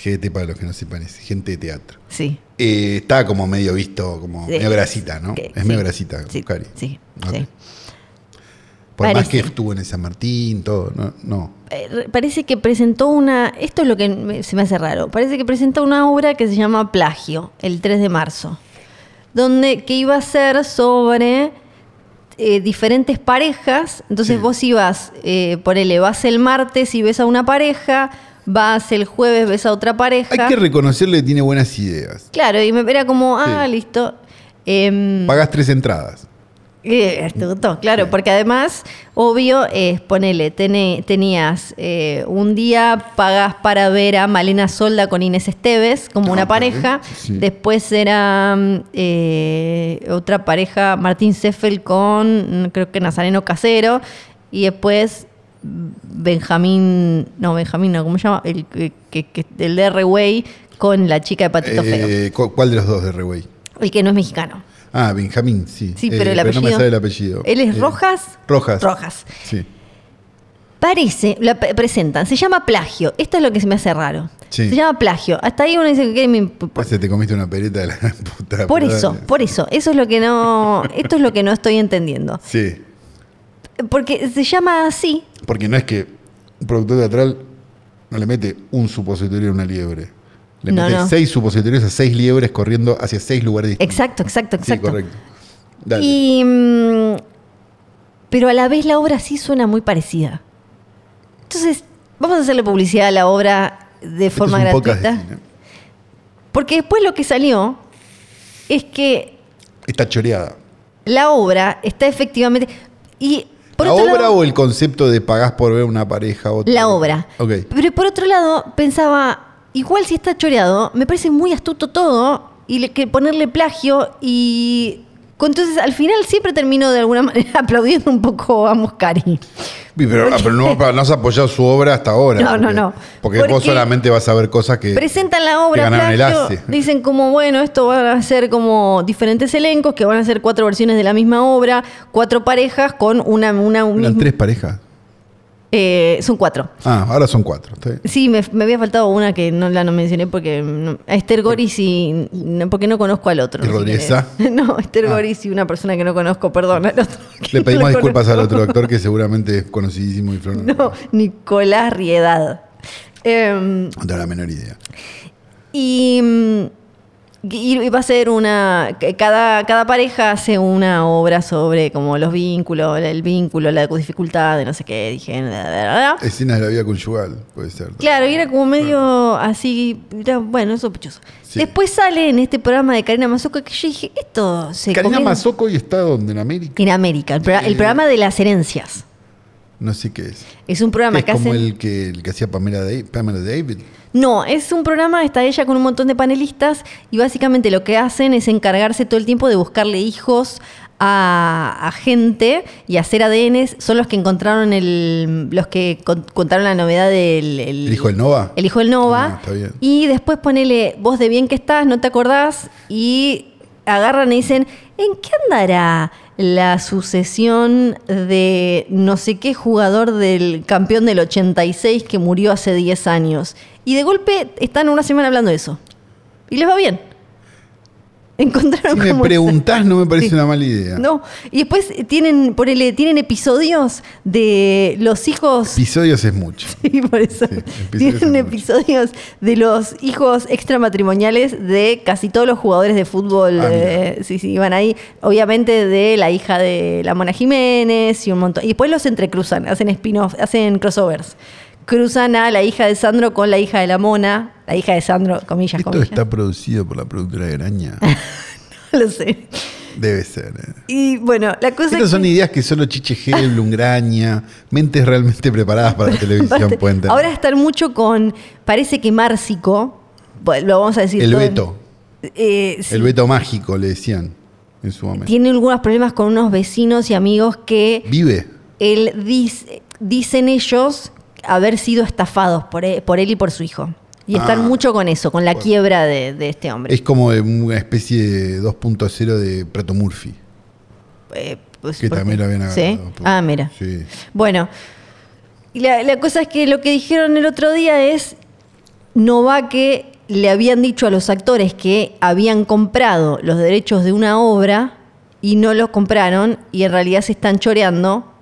GDT para los que no sepan, es gente de teatro. Sí. Eh, está como medio visto, como Sí. medio grasita, ¿no? Que- es medio sí. grasita, Sí, Muscari. sí, Ok. sí. Por más que Parece. estuvo en San Martín, todo, no. no. Eh, re- Parece que presentó una. Esto es lo que me- se me hace raro. Parece que presentó una obra que se llama Plagio, el 3 de marzo. Donde, que iba a ser sobre eh, diferentes parejas. Entonces Sí. vos ibas, eh, ponele, vas el martes y ves a una pareja, vas el jueves, ves a otra pareja. Hay que reconocerle que tiene buenas ideas. Claro, y me era como, ah, Sí. listo. Em, Pagas tres entradas. eh, te gustó, claro, porque además, obvio, es, ponele, tené- tenías eh, un día pagás para ver a Malena Solda con Inés Esteves como Ah, una ok, pareja, sí. después era mm, eh, otra pareja, Martín Seffel con, mm, creo que Nazareno Casero, y después mm, Benjamín, no, Benjamín, no, ¿cómo se llama? El, que- que- que- el de R-Way con la chica de Patito Feo, Eh, cu- ¿Cuál de los dos de Reway? el que no es mexicano. Ah, Benjamín, sí. Sí, Eh, pero el apellido. no me sale el apellido. Él es Eh, Rojas. Rojas. Rojas. Sí. Parece, la pre- presentan, se llama plagio. Esto es lo que se me hace raro. Sí. Se llama plagio. Hasta ahí uno dice que me imp- Pues te comiste una pereta de la *laughs* gran puta. Por perdón. eso, por eso. Eso es lo que no. Esto es lo que no estoy entendiendo. Sí. Porque se llama así. Porque no es que un productor teatral no le mete un supositorio a una liebre. Le No, mete no. seis supositorios a seis liebres corriendo hacia seis lugares distintos. Exacto, exacto, exacto. Sí, correcto. Dale. Y. mm, pero a la vez la obra sí suena muy parecida. Entonces, vamos a hacerle publicidad a la obra de Esto forma es un podcast de gratuita. cine. Porque después lo que salió es que Está choreada. la obra está efectivamente. Y por ¿La otro obra lado, o el concepto de pagás por ver una pareja o la obra. Ok. Pero por otro lado, pensaba, igual si está choreado, me parece muy astuto todo, y le- que ponerle plagio, y con- entonces al final siempre termino de alguna *laughs* manera aplaudiendo un poco a Muscari. Y Pero, ah, pero no, no has apoyado su obra hasta ahora. No, no, porque- no. Porque, vos Porque solamente vas a ver cosas que. Presentan la que obra ganaron el plagio, ACE. dicen como, bueno, esto van a ser como diferentes elencos, que van a ser cuatro versiones de la misma obra, cuatro parejas con una... una un Eran mismo- tres parejas. Eh, son cuatro. Ah, ahora son cuatro. está bien. *laughs* Sí, me, me había faltado una que no la no mencioné porque no- a Esther Goris y no- porque no conozco al otro. ¿Y así que- Rodríguez Sá? *laughs* No, Esther Ah. Goris y una persona que no conozco, perdón, al otro. que Le no pedimos la disculpas al conozco. otro actor que seguramente es conocidísimo y Flor no, *laughs* No, Nicolás Riedad. Em, no tengo la menor idea. y, mm, y- y va a ser una. que Cada, cada pareja hace una obra sobre como los vínculos, el vínculo, la dificultad de no sé qué, dije, bla, bla, bla. Escenas de la vida conyugal, puede ser. Claro, y era como medio así, era, bueno, sospechoso. Sí. Después sale en este programa de Karina Mazoco que yo dije, esto se Karina comienza Mazoco y está donde en América. en América, el, pro- el Eh. programa de las herencias. No sé qué es. Es un programa Es que como hacen... el que, el que hacía Pamela, Da- Pamela David. No, es un programa, está ella con un montón de panelistas y básicamente lo que hacen es encargarse todo el tiempo de buscarle hijos a, a gente y hacer ADNs. Son los que encontraron el... los que con- contaron la novedad del... ¿El hijo del Nova? El hijo del Nova. Ah, está bien. Y después ponele, vos de bien que estás, no te acordás, y agarran y dicen, ¿en qué andará la sucesión de no sé qué jugador del campeón del 86 que murió hace 10 años? Y de golpe están una semana hablando de eso. Y les va bien. Encontraron Si me cómo preguntás, no me parece Sí. una mala idea. No, y después tienen, ponele, tienen episodios de los hijos. Episodios es mucho. *laughs* Sí, por eso. Sí, episodios tienen en mucho. episodios de los hijos extramatrimoniales de casi todos los jugadores de fútbol. Ah, mira. eh, sí, sí, iban ahí. Obviamente de la hija de la Mona Jiménez y un montón. Y después los entrecruzan, hacen spin-off, hacen crossovers. Cruzan a la hija de Sandro con la hija de la Mona, la hija de Sandro, comillas, Esto comillas. está producido por la productora de *laughs* Graña. No *laughs* lo sé. Debe ser. ¿eh? Y bueno, la cosa Estas es son que- ideas que solo Chiche Helblum, Graña, mentes realmente preparadas para la televisión *laughs* Aparte, pueden tener. Ahora están mucho con. Parece que Márcico. bueno, Lo vamos a decir. El todo en- Beto. Eh, sí, El veto mágico, le decían en su momento. Tiene algunos problemas con unos vecinos y amigos que Vive. él dice- dicen ellos haber sido estafados por él, por él y por su hijo. Y están Ah. mucho con eso, con la quiebra de, de este hombre. Es como de una especie de 2.0 de Prato Murphy, Eh, pues, que ¿por también qué? lo habían ¿Sí? agarrado. por- Ah, mira. Sí. Bueno, y la, la cosa es que lo que dijeron el otro día es no va que le habían dicho a los actores que habían comprado los derechos de una obra y no los compraron y en realidad se están choreando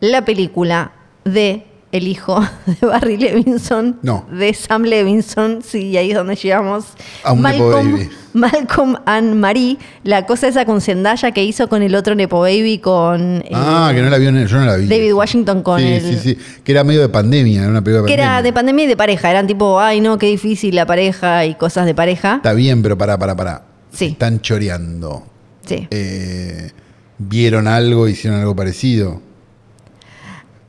la película de el hijo *laughs* de Barry Levinson, No. de Sam Levinson, sí, y ahí es donde llegamos. A un Nepo Baby. Malcolm and Marie, la cosa esa con Zendaya que hizo con el otro Nepo Baby, con... eh, Ah, que no la vio, en el- yo no la vi. David Washington con Sí, el- sí, sí. Que era medio de pandemia, era una película de Que pandemia. era de pandemia y de pareja. Eran tipo, ay, no, qué difícil la pareja y cosas de pareja. Está bien, pero pará, pará, pará. Sí. Están choreando. Sí. Eh, ¿Vieron algo, hicieron algo parecido?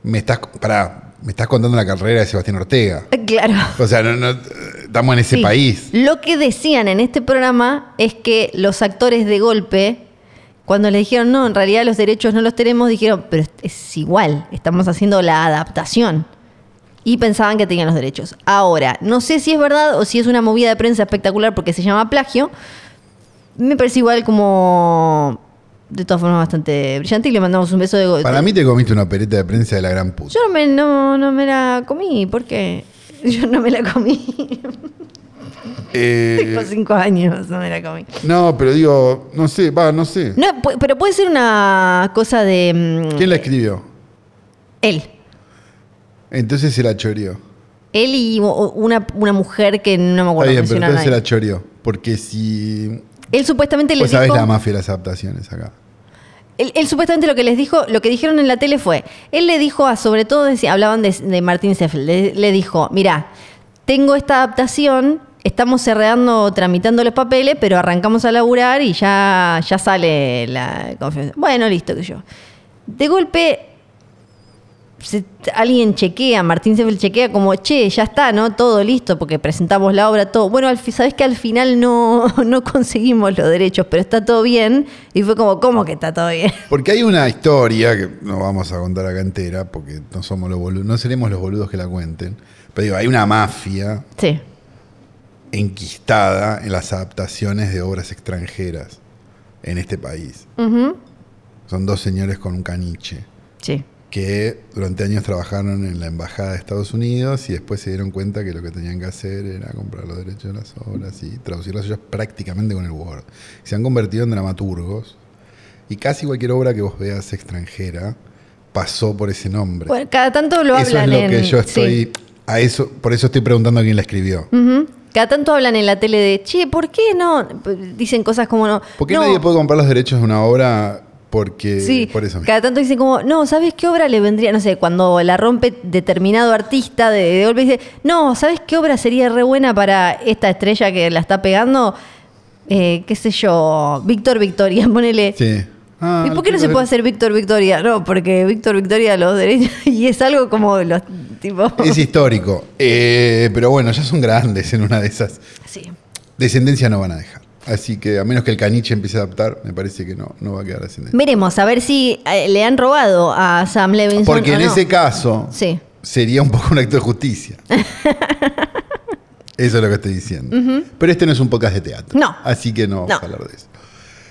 Me estás, pará, me estás contando la carrera de Sebastián Ortega. *laughs* Claro. O sea, no- no, eh, estamos en eh, ese Sí. país. Lo que decían en este programa es que los actores de golpe, cuando les dijeron, no, en realidad los derechos no los tenemos, dijeron, pero es- es igual, estamos haciendo la adaptación. Y pensaban que tenían los derechos. Ahora, no sé si es verdad o si es una movida de prensa espectacular porque se llama plagio. Me parece igual como, de todas formas, bastante brillante y le mandamos un beso de gol. Para mí te comiste una pereta de prensa de la gran puta. Yo no me, no, no me la comí, ¿por qué? *laughs* Yo no me la *laughs* comí. Eh, Tengo cinco años, no me la comí. no, pero digo, no sé, va, no sé. No, pu- pero puede ser una cosa de. mm, ¿Quién la escribió? Él. Entonces se la choreó. Él y o- una, una mujer que no me Está acuerdo bien, pero mencionaron entonces se ahí. la choreó. Porque si. Él supuestamente les Pues sabés dijo. la mafia de las adaptaciones acá. Él, él supuestamente lo que les dijo, lo que dijeron en la tele fue, él le dijo a, sobre todo, decía- hablaban de, de Martín Seffel, le, le dijo, mira, tengo esta adaptación, estamos cerrando, tramitando los papeles, pero arrancamos a laburar y ya, ya sale la confianza. Bueno, listo, que yo. De golpe, se- alguien chequea, Martín Seffel chequea como, che, ya está, ¿no? Todo listo, porque presentamos la obra, todo. Bueno, al, fi- sabes que al final no, *laughs* no conseguimos los derechos, pero está todo bien. Y fue como, ¿cómo que está todo bien? Porque hay una historia que no vamos a contar acá entera, porque no somos los boludos, no seremos los boludos que la cuenten. Pero digo, hay una mafia Sí. enquistada en las adaptaciones de obras extranjeras en este país. Ujú. Son dos señores con un caniche Sí. que durante años trabajaron en la embajada de Estados Unidos y después se dieron cuenta que lo que tenían que hacer era comprar los derechos de las obras y traducirlas ellos prácticamente con el Word. Se han convertido en dramaturgos y casi cualquier obra que vos veas extranjera pasó por ese nombre. Bueno, cada tanto lo eso es hablan lo en- que yo sí. estoy a eso, por eso estoy preguntando a quién la escribió. Ujú. Cada tanto hablan en la tele de, che, ¿por qué no? Dicen cosas como no. ¿Por qué no, nadie puede comprar los derechos de una obra porque Sí, por eso mismo? cada tanto dicen como, no, ¿sabes qué obra le vendría? No sé, cuando la rompe determinado artista de, de golpe dice, no, ¿sabes qué obra sería re buena para esta estrella que la está pegando? Eh, qué sé yo, Víctor Victoria, *laughs* ponele. Sí. Ah, ¿Y por qué no se pero- puede hacer Víctor Victoria? No, porque Víctor Victoria los derechos *laughs* y es algo como los tipo... Es histórico. Eh, pero bueno, ya son grandes en una de esas. *laughs* Sí. Descendencia no van a dejar. Así que a menos que el caniche empiece a adaptar, me parece que no, no va a quedar descendencia. Veremos, a ver si eh, le han robado a Sam Levinson Porque o en no. ese caso Sí. sería un poco un acto de *laughs* justicia. Eso es lo que estoy diciendo. Pero este no es un podcast de teatro. No. Así que no, vamos a No. hablar de eso.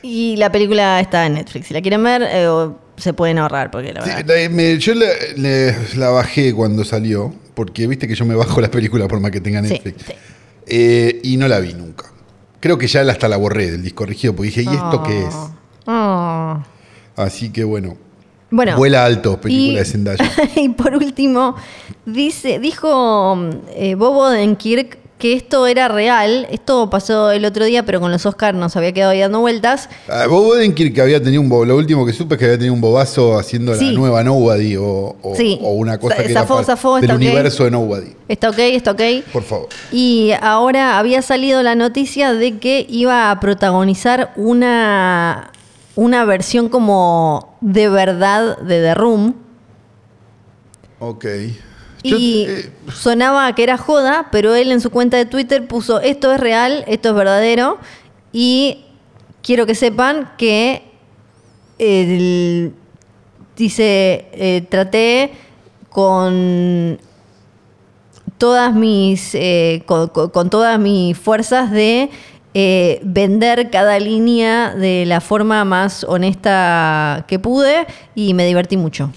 Y la película está en Netflix. Si la quieren ver, eh, o- se pueden ahorrar porque la Sí, verdad... la- me- yo le- le- la bajé cuando salió, porque viste que yo me bajo las películas por más que tengan Sí, Netflix. sí. Eh, y no la vi nunca. Creo que ya hasta la borré del disco rígido, porque dije, ¿y Oh. esto qué es? Ah. Así que bueno. Bueno. Vuela alto, película y- de Zendaya. *laughs* y por último, dice, dijo eh, Bob Odenkirk que esto era real. Esto pasó el otro día, pero con los Oscars nos había quedado ahí dando vueltas. Ah, Bob Odenkirk había tenido un bo- lo último que supe es que había tenido un bobazo haciendo Sí. la nueva Nobody o, o- Sí. o una cosa Sa- que era zafó, parte zafó, del está ok. universo de Nobody. Está ok, está ok. Por favor. Y ahora había salido la noticia de que iba a protagonizar una, una versión como de verdad de The Room. Ok. Yo, Y eh, sonaba que era joda, pero él en su cuenta de Twitter puso esto es real, esto es verdadero. Y quiero que sepan que el- dice, eh, traté con todas mis eh, con, con- con todas mis fuerzas de eh, vender cada línea de la forma más honesta que pude y me divertí mucho.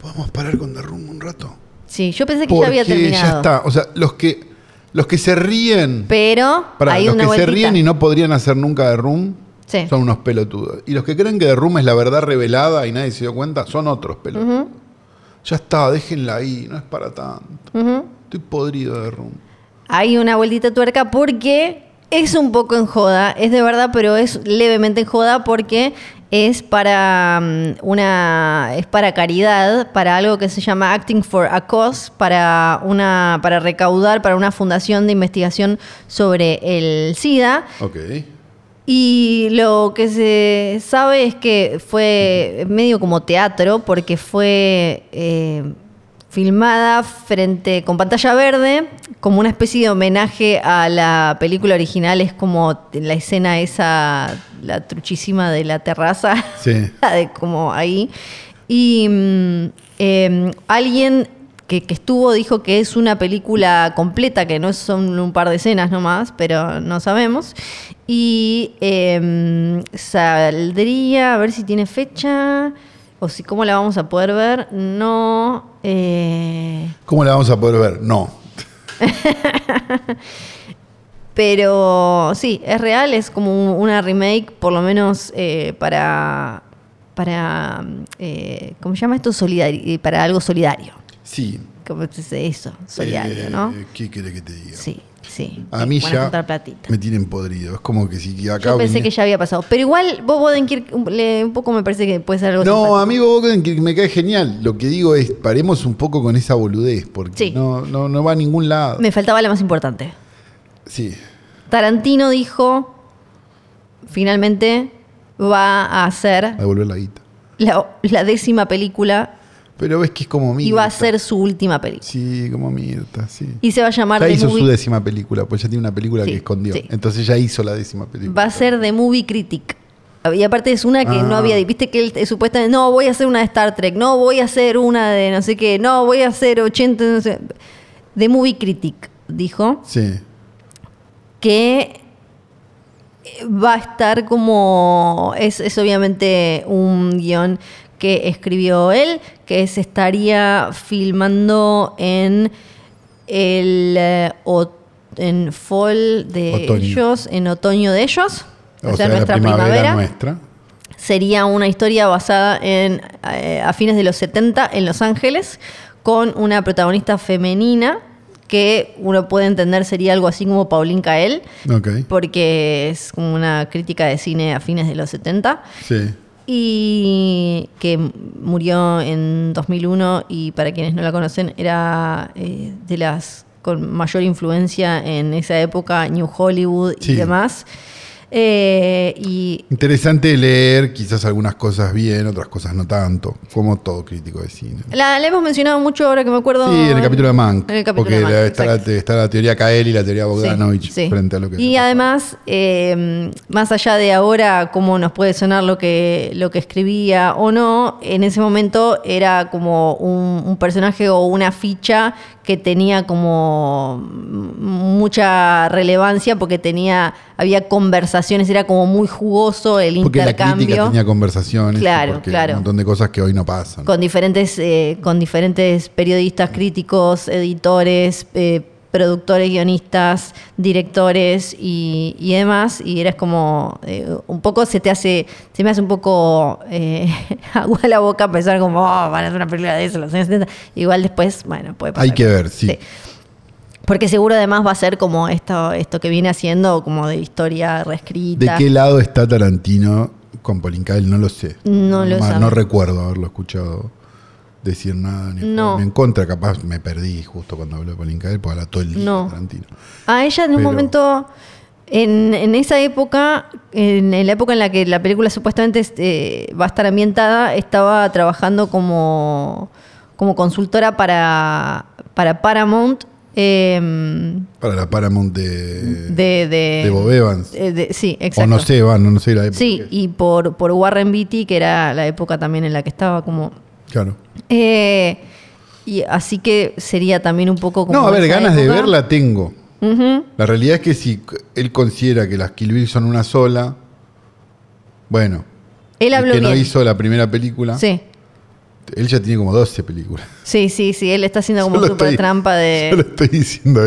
¿Podemos parar con The Room un rato? Sí, yo pensé que ya Porque había terminado. ya está. O sea, los que, los que se ríen. Pero Pará, hay los una que vueltita. se ríen y no podrían hacer nunca The Room Sí. son unos pelotudos. Y los que creen que The Room es la verdad revelada y nadie se dio cuenta son otros pelotudos. Ya está, déjenla ahí, no es para tanto. Ujú. Estoy podrido de The Room. Hay una vueltita tuerca porque es un poco en joda, es de verdad, pero es levemente en joda porque es para mm, una es para caridad, para algo que se llama Acting for a Cause, para una para recaudar para una fundación de investigación sobre el SIDA. Ok. Y lo que se sabe es que fue medio como teatro, porque fue eh, filmada frente con pantalla verde, como una especie de homenaje a la película original. Es como la escena esa, la truchísima de la terraza. *laughs* Sí. La de como ahí. Y mm, eh, alguien que, que estuvo dijo que es una película completa, que no son un par de escenas nomás, pero no sabemos. Y eh, saldría, a ver si tiene fecha, o si cómo la vamos a poder ver. No. eh, ¿Cómo la vamos a poder ver? No. Pero sí, es real, es como un- una remake, por lo menos eh, para. para eh, ¿Cómo se llama esto? Solidari- eh, para algo solidario. Sí. ¿Cómo se dice eso? Solidario, Eh, ¿no? ¿Qué quiere que te diga? Sí, sí. A mí Van ya juntar platita. me tienen podrido. Es como que si acá Yo pensé viniera- que ya había pasado. Pero igual, Bob Odenkirk un, le- un poco me parece que puede ser algo. No, simpático. amigo Odenkirk me cae genial. Lo que digo es, paremos un poco con esa boludez, porque Sí. no, no, no va a ningún lado. Me faltaba la más importante. Sí. Tarantino dijo: finalmente va a hacer A devolver la guita. la, la décima película Pero ves que es como Mirta. y va a ser su última película. Sí, como Mirta, sí. Y se va a llamar ya The hizo su Movie. décima película, pues ya tiene una película Sí, que escondió. sí. Entonces ya hizo la décima película. Va a ser The Movie Critic. Y aparte es una que no Ah. había. Viste que él eh, supuestamente. No, voy a hacer una de Star Trek. No, voy a hacer una de no sé qué. No, voy a hacer 80. No sé. The Movie Critic, dijo. Sí. Que eh, va a estar como. Es, es obviamente un guión que escribió él. Que se estaría filmando en el. eh, o- en fall de Otoño. ellos, en otoño de ellos. O, sea, la nuestra primavera. nuestra. Sería una historia basada en eh, a fines de los 70 en Los Ángeles, con una protagonista femenina que uno puede entender sería algo así como Pauline Kael, Ok. porque es como una crítica de cine a fines de los 70 Sí. y que murió en 2001 y para quienes no la conocen era eh, de las con mayor influencia en esa época, New Hollywood y Sí. demás. Eh, y Interesante leer quizás algunas cosas bien, otras cosas no tanto, como todo crítico de cine. La, la hemos mencionado mucho ahora que me acuerdo. Sí, en el capítulo de Mank. En el capítulo porque de Mank, la- está, la, exacto. te- está la teoría Kael y la teoría Sí, Bogdanovich sí. frente a lo que... y además, eh, más allá de ahora, cómo nos puede sonar lo que, lo que escribía o no, en ese momento era como un, un personaje o una ficha que tenía como mucha relevancia porque tenía, había conversaciones, era como muy jugoso el porque la crítica intercambio. tenía conversaciones, Claro, porque claro. un montón de cosas que hoy no pasan. con diferentes eh, con diferentes periodistas críticos editores eh, productores, guionistas, directores y, y demás, y eras como, eh, un poco se te hace, se me hace un poco eh, *laughs* agua a la boca pensar como, oh, van a hacer una película de eso en los años 70. Igual después, bueno, puede pasar. Hay que ver, sí. Porque seguro además va a ser como esto, esto que viene haciendo, como de historia ¿De reescrita. qué lado está Tarantino con Polincael? No lo sé. No lo Ma- sabe. No recuerdo haberlo escuchado decir nada ni No. ponerme en contra. Capaz me perdí justo cuando habló de Polincael, porque ahora todo el día No. de Tarantino. A ella en un Pero- momento, en, en esa época, en, en la época en la que la película supuestamente eh, va a estar ambientada, estaba trabajando como, como consultora para, para Paramount. em, Para la Paramount de, de, de, de Bob Evans. eh, de- sí, o exacto. no sé, va, no, no sé la época. Sí, y por, por Warren Beatty, que era la época también en la que estaba como Claro. Eh, y así que sería también un poco como. No, a ver, esa ganas de época. verla tengo. Ujú. La realidad es que si c- él considera que las Kill Bill son una sola, bueno, Él y habló que no bien. hizo la primera película, Sí, él ya tiene como 12 películas. sí, sí, sí. Él está *laughs* haciendo como Solo super estoy- trampa *laughs* de. Solo estoy diciendo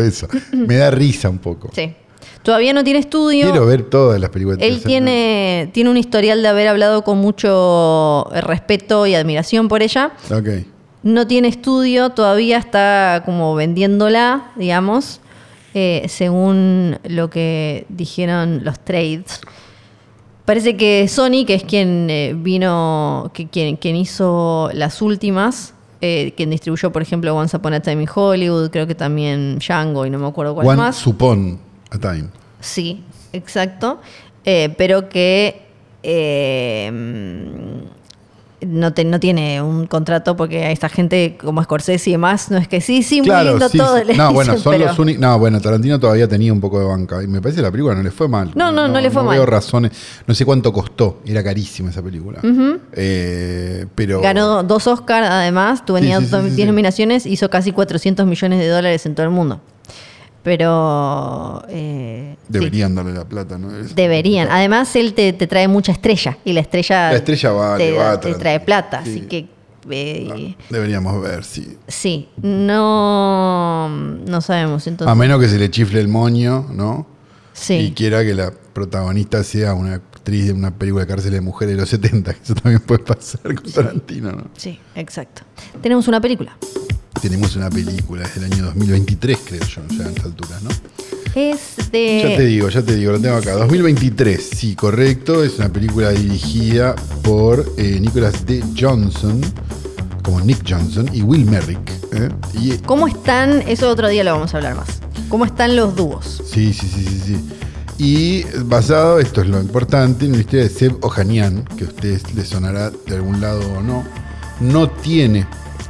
*laughs* eso. Me da risa un poco. Sí. Todavía no tiene estudio. Quiero ver todas las películas. de Él Tercer tiene, tiene un historial de haber hablado con mucho eh, respeto y admiración por ella. Grado. Ok. No tiene estudio, todavía está como vendiéndola, digamos, eh, según lo que dijeron los trades. Parece que Sony, que es quien eh, vino, que, quien, quien hizo las últimas, eh, quien distribuyó, por ejemplo, Once Upon a Time in Hollywood, creo que también Django y no me acuerdo cuál One más. Supon a Time. Sí, exacto. Eh, pero que eh, mm, no, te- no tiene un contrato porque a esta gente como Scorsese y demás no es que sí, sí, muy lindo sí, todo. sí. le No, dicen, bueno, son pero- los únicos. No, bueno, Tarantino todavía tenía un poco de banca. Y me parece que la película no le fue mal. No, no, no le fue mal. No veo razones. No sé cuánto costó. Era carísima esa película. Eh, pero. Ganó dos Oscars además, tu Sí, venía sí, sí, dos- sí, 10 sí. nominaciones, hizo casi 400 millones de dólares en todo el mundo. Pero... eh, sí, Deberían darle la plata, ¿no? Es- deberían. Además, él te, te trae mucha estrella y la estrella, La estrella va- te, le va a te tra- trae plata, sí. así que... eh, Deberíamos ver, sí. Sí, no, no sabemos a entonces. menos que se le chifle el moño, ¿no? Y Sí, quiera que la protagonista sea una actriz de una película de cárcel de mujeres de los 70. que *laughs* Eso también puede pasar con Tarantino, ¿no? sí, exacto. Tenemos una película. Tenemos una película, es del año 2023, creo yo, ya a esta altura, ¿no? Es Ya te de... digo, ya te digo, lo tengo acá. 2023, sí, correcto. Es una película dirigida por eh, Nicholas D. Johnson, como Nick Johnson, y Will Merrick. ¿eh? Y, ¿Cómo están? Eso otro día lo vamos a hablar más. ¿Cómo están los dúos? sí, sí, sí, sí, sí. Y basado, esto es lo importante, en la historia de Seb Ohanian, que a ustedes les sonará de algún lado o no, no tiene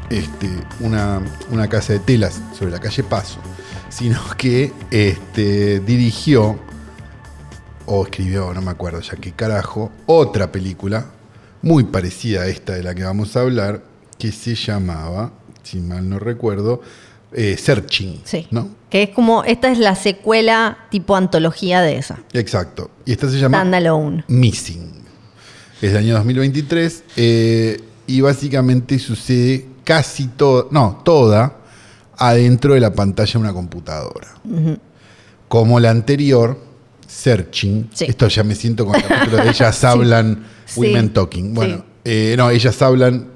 este, una, una casa de telas sobre la calle Paso, sino *laughs* que este, dirigió o escribió, no me acuerdo ya qué carajo, otra película muy parecida a esta de la que vamos a hablar, que se llamaba, si mal no recuerdo, eh, Searching. Sí. ¿no? Que es como, esta es la secuela tipo antología de esa. Exacto. Y esta se llama Standalone. Missing. Es del año 2023 eh, y básicamente sucede casi toda, no, toda, adentro de la pantalla de una computadora. Como la anterior, Searching. Sí. Esto ya me siento con el capítulo de *laughs* Ellas hablan, Sí. Women Talking. Bueno, Sí. eh, no, ellas hablan,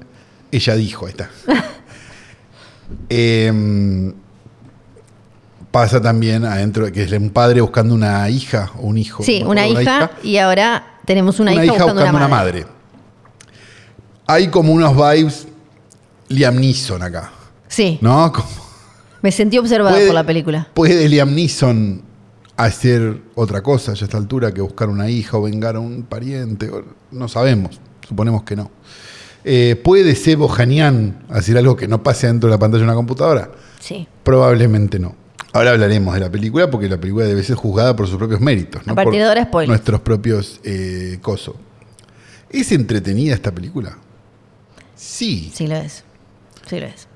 ella *laughs* dijo, ahí está. Em, pasa también adentro, que es un padre buscando una hija o un hijo. Sí, no me una acuerdo, hija, y ahora tenemos una, hija, buscando, una madre. Hay como unos vibes Liam Neeson acá, Sí, ¿no? Como- me sentí observada puede- por la película. Puede Liam Neeson hacer otra cosa ya a esta altura que buscar una hija o vengar a un pariente. o- No sabemos, suponemos que no. Eh, ¿Puede Sebo Janian hacer algo que no pase dentro de la pantalla de una computadora? Sí. Probablemente no. Ahora hablaremos de la película porque la película debe ser juzgada por sus propios méritos. ¿no? A partir Por de ahora, spoilers. Nuestros propios eh, cosos. ¿Es entretenida esta película? Sí, Sí lo es. Sí lo es.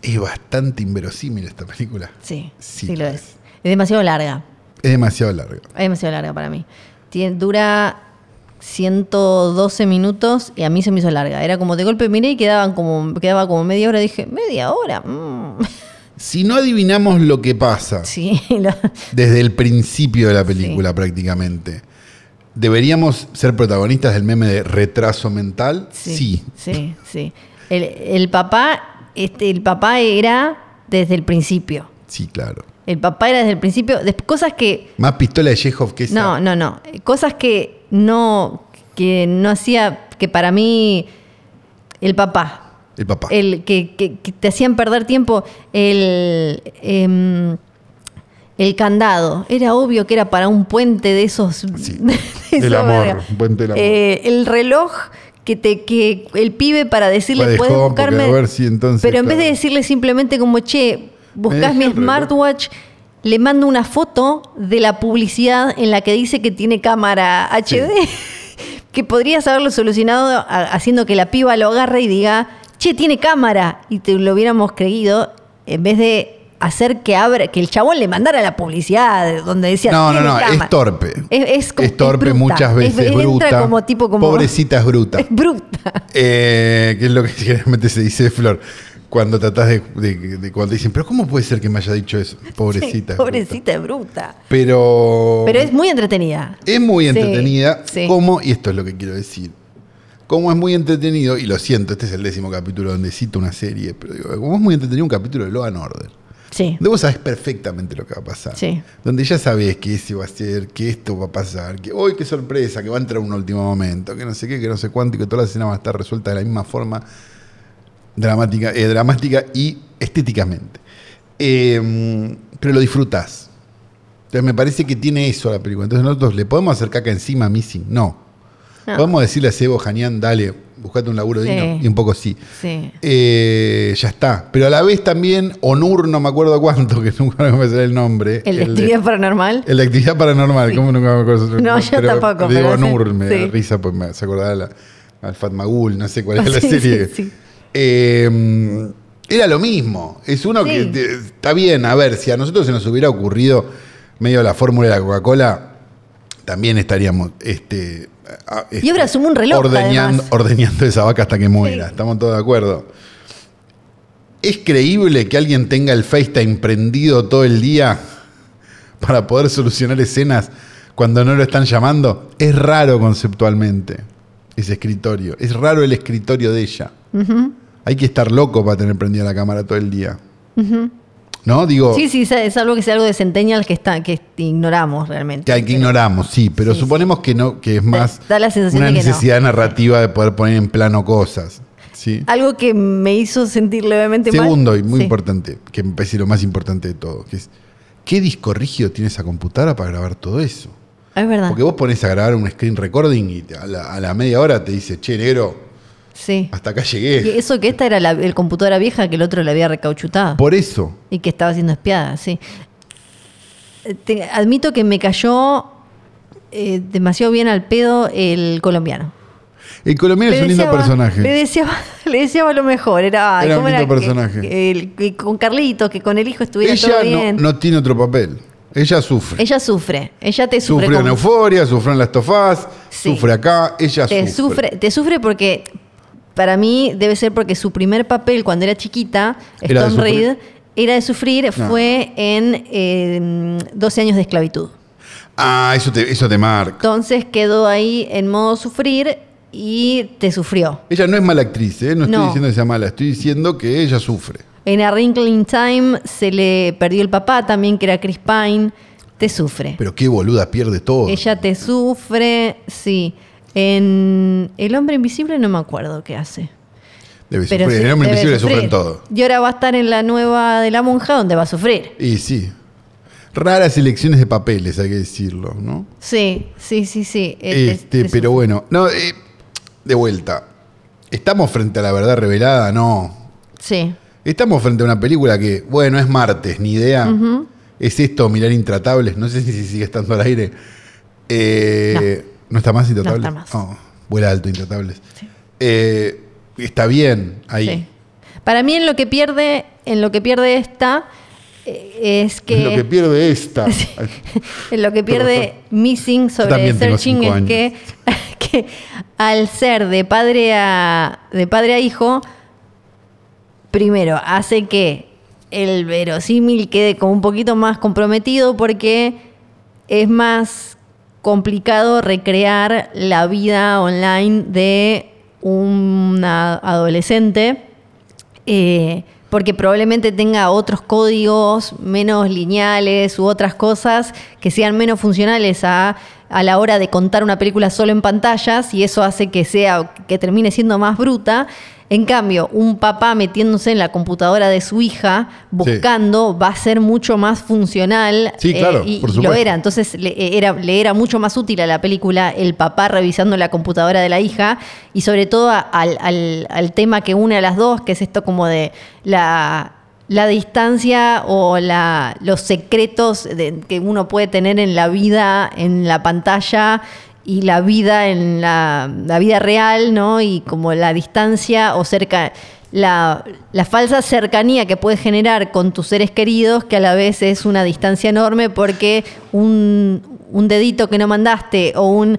es bastante inverosímil esta película. Sí, Sí sí, lo lo es. Es demasiado larga. Es demasiado larga. Es demasiado larga para mí. Tien- dura 112 minutos y a mí se me hizo larga. Era como de golpe miré y quedaban como, quedaba como media hora. Dije, ¿media hora? Mm". *laughs* Si no adivinamos lo que pasa Sí, lo- desde el principio de la película prácticamente, ¿deberíamos ser protagonistas del meme de retraso mental? sí, sí. sí, sí. El, el papá, este, el papá era desde el principio. Sí, claro. El papá era desde el principio. des- cosas que Más pistola de Chekhov que esa. No, no, no. Cosas que no, que no hacía, que para mí el papá, El papá. el que, que- que te hacían perder tiempo, el em, el candado. Era obvio que era para un puente de esos. *laughs* de Ah, Del esa amor, verga. un puente del amor. Eh, el reloj que te que el pibe para decirle Para de puedes joven, buscarme. porque a ver si entonces, pero en vez de claro. decirle simplemente como che, buscás dejé mi el reloj". smartwatch. Le mando una foto de la publicidad en la que dice que tiene cámara Sí. HD que podrías haberlo solucionado a- haciendo que la piba lo agarre y diga, che, tiene cámara, y te lo hubiéramos creído, en vez de hacer que abra, que el chabón le mandara la publicidad donde decía No, no, "Tiene no, cámara". es torpe. Es, es como- Es torpe bruta. muchas veces, Es- bruta. Entra como tipo como... Pobrecita *laughs* es bruta. Es bruta. Eh, que *laughs* es lo que generalmente se dice de Flor. Cuando tratás de, de- de- Cuando dicen, pero ¿cómo puede ser que me haya dicho eso? Pobrecita. es bruta". Pobrecita, es bruta. Pero. Pero es muy entretenida. es muy Sí, entretenida. sí. Como, y esto es lo que quiero decir. Como es muy entretenido, y lo siento, este es el décimo capítulo donde cito una serie, pero digo, como es muy entretenido un capítulo de Law and Order. Sí. Donde vos sabés perfectamente lo que va a pasar. Sí. Donde ya sabés que ese va a ser, que esto va a pasar, que hoy qué sorpresa, que va a entrar un último momento, que no sé qué, que no sé cuánto, y que toda la escena va a estar resuelta de la misma forma dramática, eh, dramática y estéticamente. Eh, pero lo disfrutás. Entonces me parece que tiene eso la película. Entonces nosotros le podemos hacer caca encima a Missing. No. No. Podemos decirle a Sebo Janián, dale, buscate un laburo Sí. digno. Y un poco sí. Sí. Eh, ya está. Pero a la vez también, Onur, no me acuerdo cuánto, *laughs* que nunca me sale el nombre. El de actividad paranormal. el de actividad paranormal, ¿cómo nunca me acuerdo? su- No, yo tampoco, le Digo pero sí, Onur, me da sí. risa, pues me se acordaba la- al Fat Magul, no sé *laughs* cuál es la Sí, serie. sí, sí. Eh, era lo mismo. Es uno Sí. que te- está bien, a ver, si a nosotros se nos hubiera ocurrido medio la fórmula de la Coca-Cola, también estaríamos este, a- Y ahora asume un reloj, ordeñando, además. ordeñando esa vaca hasta que muera. Estamos todos de acuerdo. ¿Es creíble que alguien tenga el FaceTime prendido todo el día para poder solucionar escenas cuando no lo están llamando? Es raro conceptualmente ese escritorio. Es raro el escritorio de ella. Hay que estar loco para tener prendida la cámara todo el día. ¿No? Digo, Sí, sí, es algo que sea algo de Centennial que, está, que ignoramos realmente. que, hay que Pero- ignoramos, sí, pero Sí, suponemos que no, que es más da la sensación una de que no. necesidad narrativa de poder poner en plano cosas. ¿sí? Algo que me hizo sentir levemente mal. Segundo, y muy Ah, Sí. importante, que me parece lo más importante de todo, que es ¿qué disco rígido tiene esa computadora para grabar todo eso? Es verdad. Porque vos pones a grabar un screen recording y te- a la, a la media hora te dice, che, negro, Sí. hasta acá Y llegué. eso que esta era la, el computadora vieja que el otro le había recauchutado. Por eso, Y que estaba siendo espiada, sí. Eh, te- admito que me cayó eh, demasiado bien al pedo el colombiano. el colombiano es un lindo deseaba- Le personaje. deseaba, *laughs* le deseaba lo mejor. Era, ay, Era un ¿cómo lindo que- personaje. que el- que con Carlitos, que con el hijo estuviera todo Ella no, bien. no tiene otro papel. Ella sufre. Ella sufre. Ella te sufre. Sufrió en con- Euforia, sufrió en Las Tofás, Sí. sufre acá, ella te sufre. sufre. te sufre porque para mí debe ser porque su primer papel cuando era chiquita, Era de Stone sufrir. Reed, era de sufrir, fue en eh, 12 años de esclavitud. Ah, eso te, eso te marca. Entonces quedó ahí en modo sufrir y te sufrió. Ella no es mala actriz, ¿eh? no estoy No. diciendo que sea mala, estoy diciendo que ella sufre. En A Wrinkle in Time se le perdió el papá también, que era Chris Pine. Te sufre. Pero qué boluda, pierde todo. Ella te sufre, sí. En El hombre invisible no me acuerdo qué hace. Debe Pero sufrir, sí, en el hombre debe invisible sufrir. sufren todo. Y ahora va a estar en la nueva de la monja donde va a sufrir. Y sí. Raras elecciones de papeles, hay que decirlo, ¿no? Sí, sí, sí, sí. Eh, Este, es- es- pero bueno, no, eh, de vuelta. ¿Estamos frente a la verdad revelada? No. Sí, Estamos frente a una película que, bueno, es martes, ni idea. ¿Es esto mirar Intratables? No sé si sigue estando al aire. Eh, no. está más Intratables? No está más. Oh, vuela alto Intratables. Eh, está bien ahí. sí. Para mí en lo que pierde, en lo que pierde esta eh, es que *laughs* Lo que pierde esta. *laughs* en lo que pierde Missing sobre también tengo Searching cinco es años. que, *laughs* que al ser de padre a de padre a hijo, primero hace que el verosímil quede como un poquito más comprometido porque es más complicado recrear la vida online de una adolescente eh, porque probablemente tenga otros códigos menos lineales u otras cosas que sean menos funcionales a, a la hora de contar una película solo en pantallas y eso hace que sea que termine siendo más bruta. En cambio, un papá metiéndose en la computadora de su hija buscando va a ser mucho más funcional. Sí, claro, eh, y, por y lo supuesto. era. Entonces le eh, era, le era mucho más útil a la película el papá revisando la computadora de la hija y sobre todo a- al, al- al tema que une a las dos, que es esto como de la, la distancia o la, los secretos de- que uno puede tener en la vida, en la pantalla y la vida en la, la vida real, ¿no? Y como la distancia o cerca, la, la falsa cercanía que puedes generar con tus seres queridos, que a la vez es una distancia enorme porque un, un dedito que no mandaste o un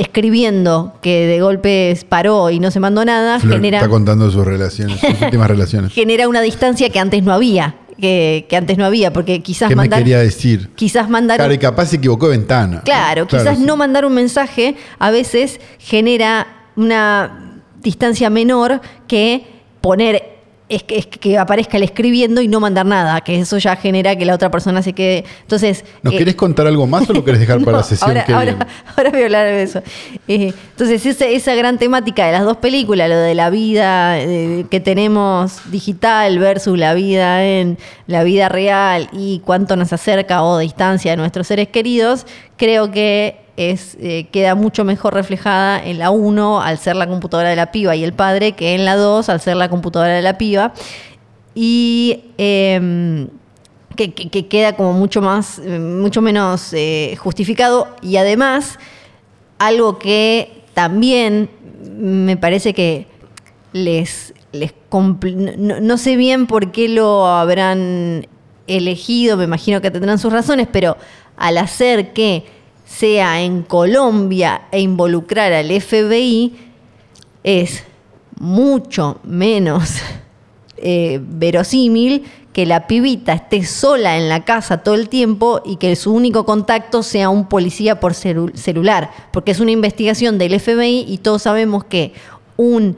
escribiendo que de golpe paró y no se mandó nada, Flor genera está contando sus relaciones, sus *laughs* últimas relaciones. genera una distancia que antes no había, que, que antes no había, porque quizás ¿Qué me mandar, quería decir? quizás mandar, Claro, y claro, capaz se equivocó de ventana. quizás sí. no mandar un mensaje a veces genera una distancia menor que poner es que, es que aparezca el escribiendo y no mandar nada, que eso ya genera que la otra persona se quede. Entonces, ¿Nos eh, querés contar algo más o lo querés dejar *laughs* para no, la sesión ahora, que ahora- *laughs* viene? ahora voy a hablar de eso. Eh, entonces, esa, esa gran temática de las dos películas, lo de la vida eh, que tenemos digital versus la vida en la vida real y cuánto nos acerca o distancia de nuestros seres queridos, creo que es, eh, queda mucho mejor reflejada en la 1 al ser la computadora de la piba y el padre que en la 2 al ser la computadora de la piba. Y em, que, que- que queda como mucho más, eh, mucho menos eh, justificado. Y además, algo que también me parece que les, les compl- no, no sé bien por qué lo habrán elegido, me imagino que tendrán sus razones, pero al hacer que sea en Colombia e involucrar al FBI, es mucho menos *laughs* eh, verosímil que la pibita esté sola en la casa todo el tiempo y que su único contacto sea un policía por celu- celular, porque es una investigación del FBI y todos sabemos que un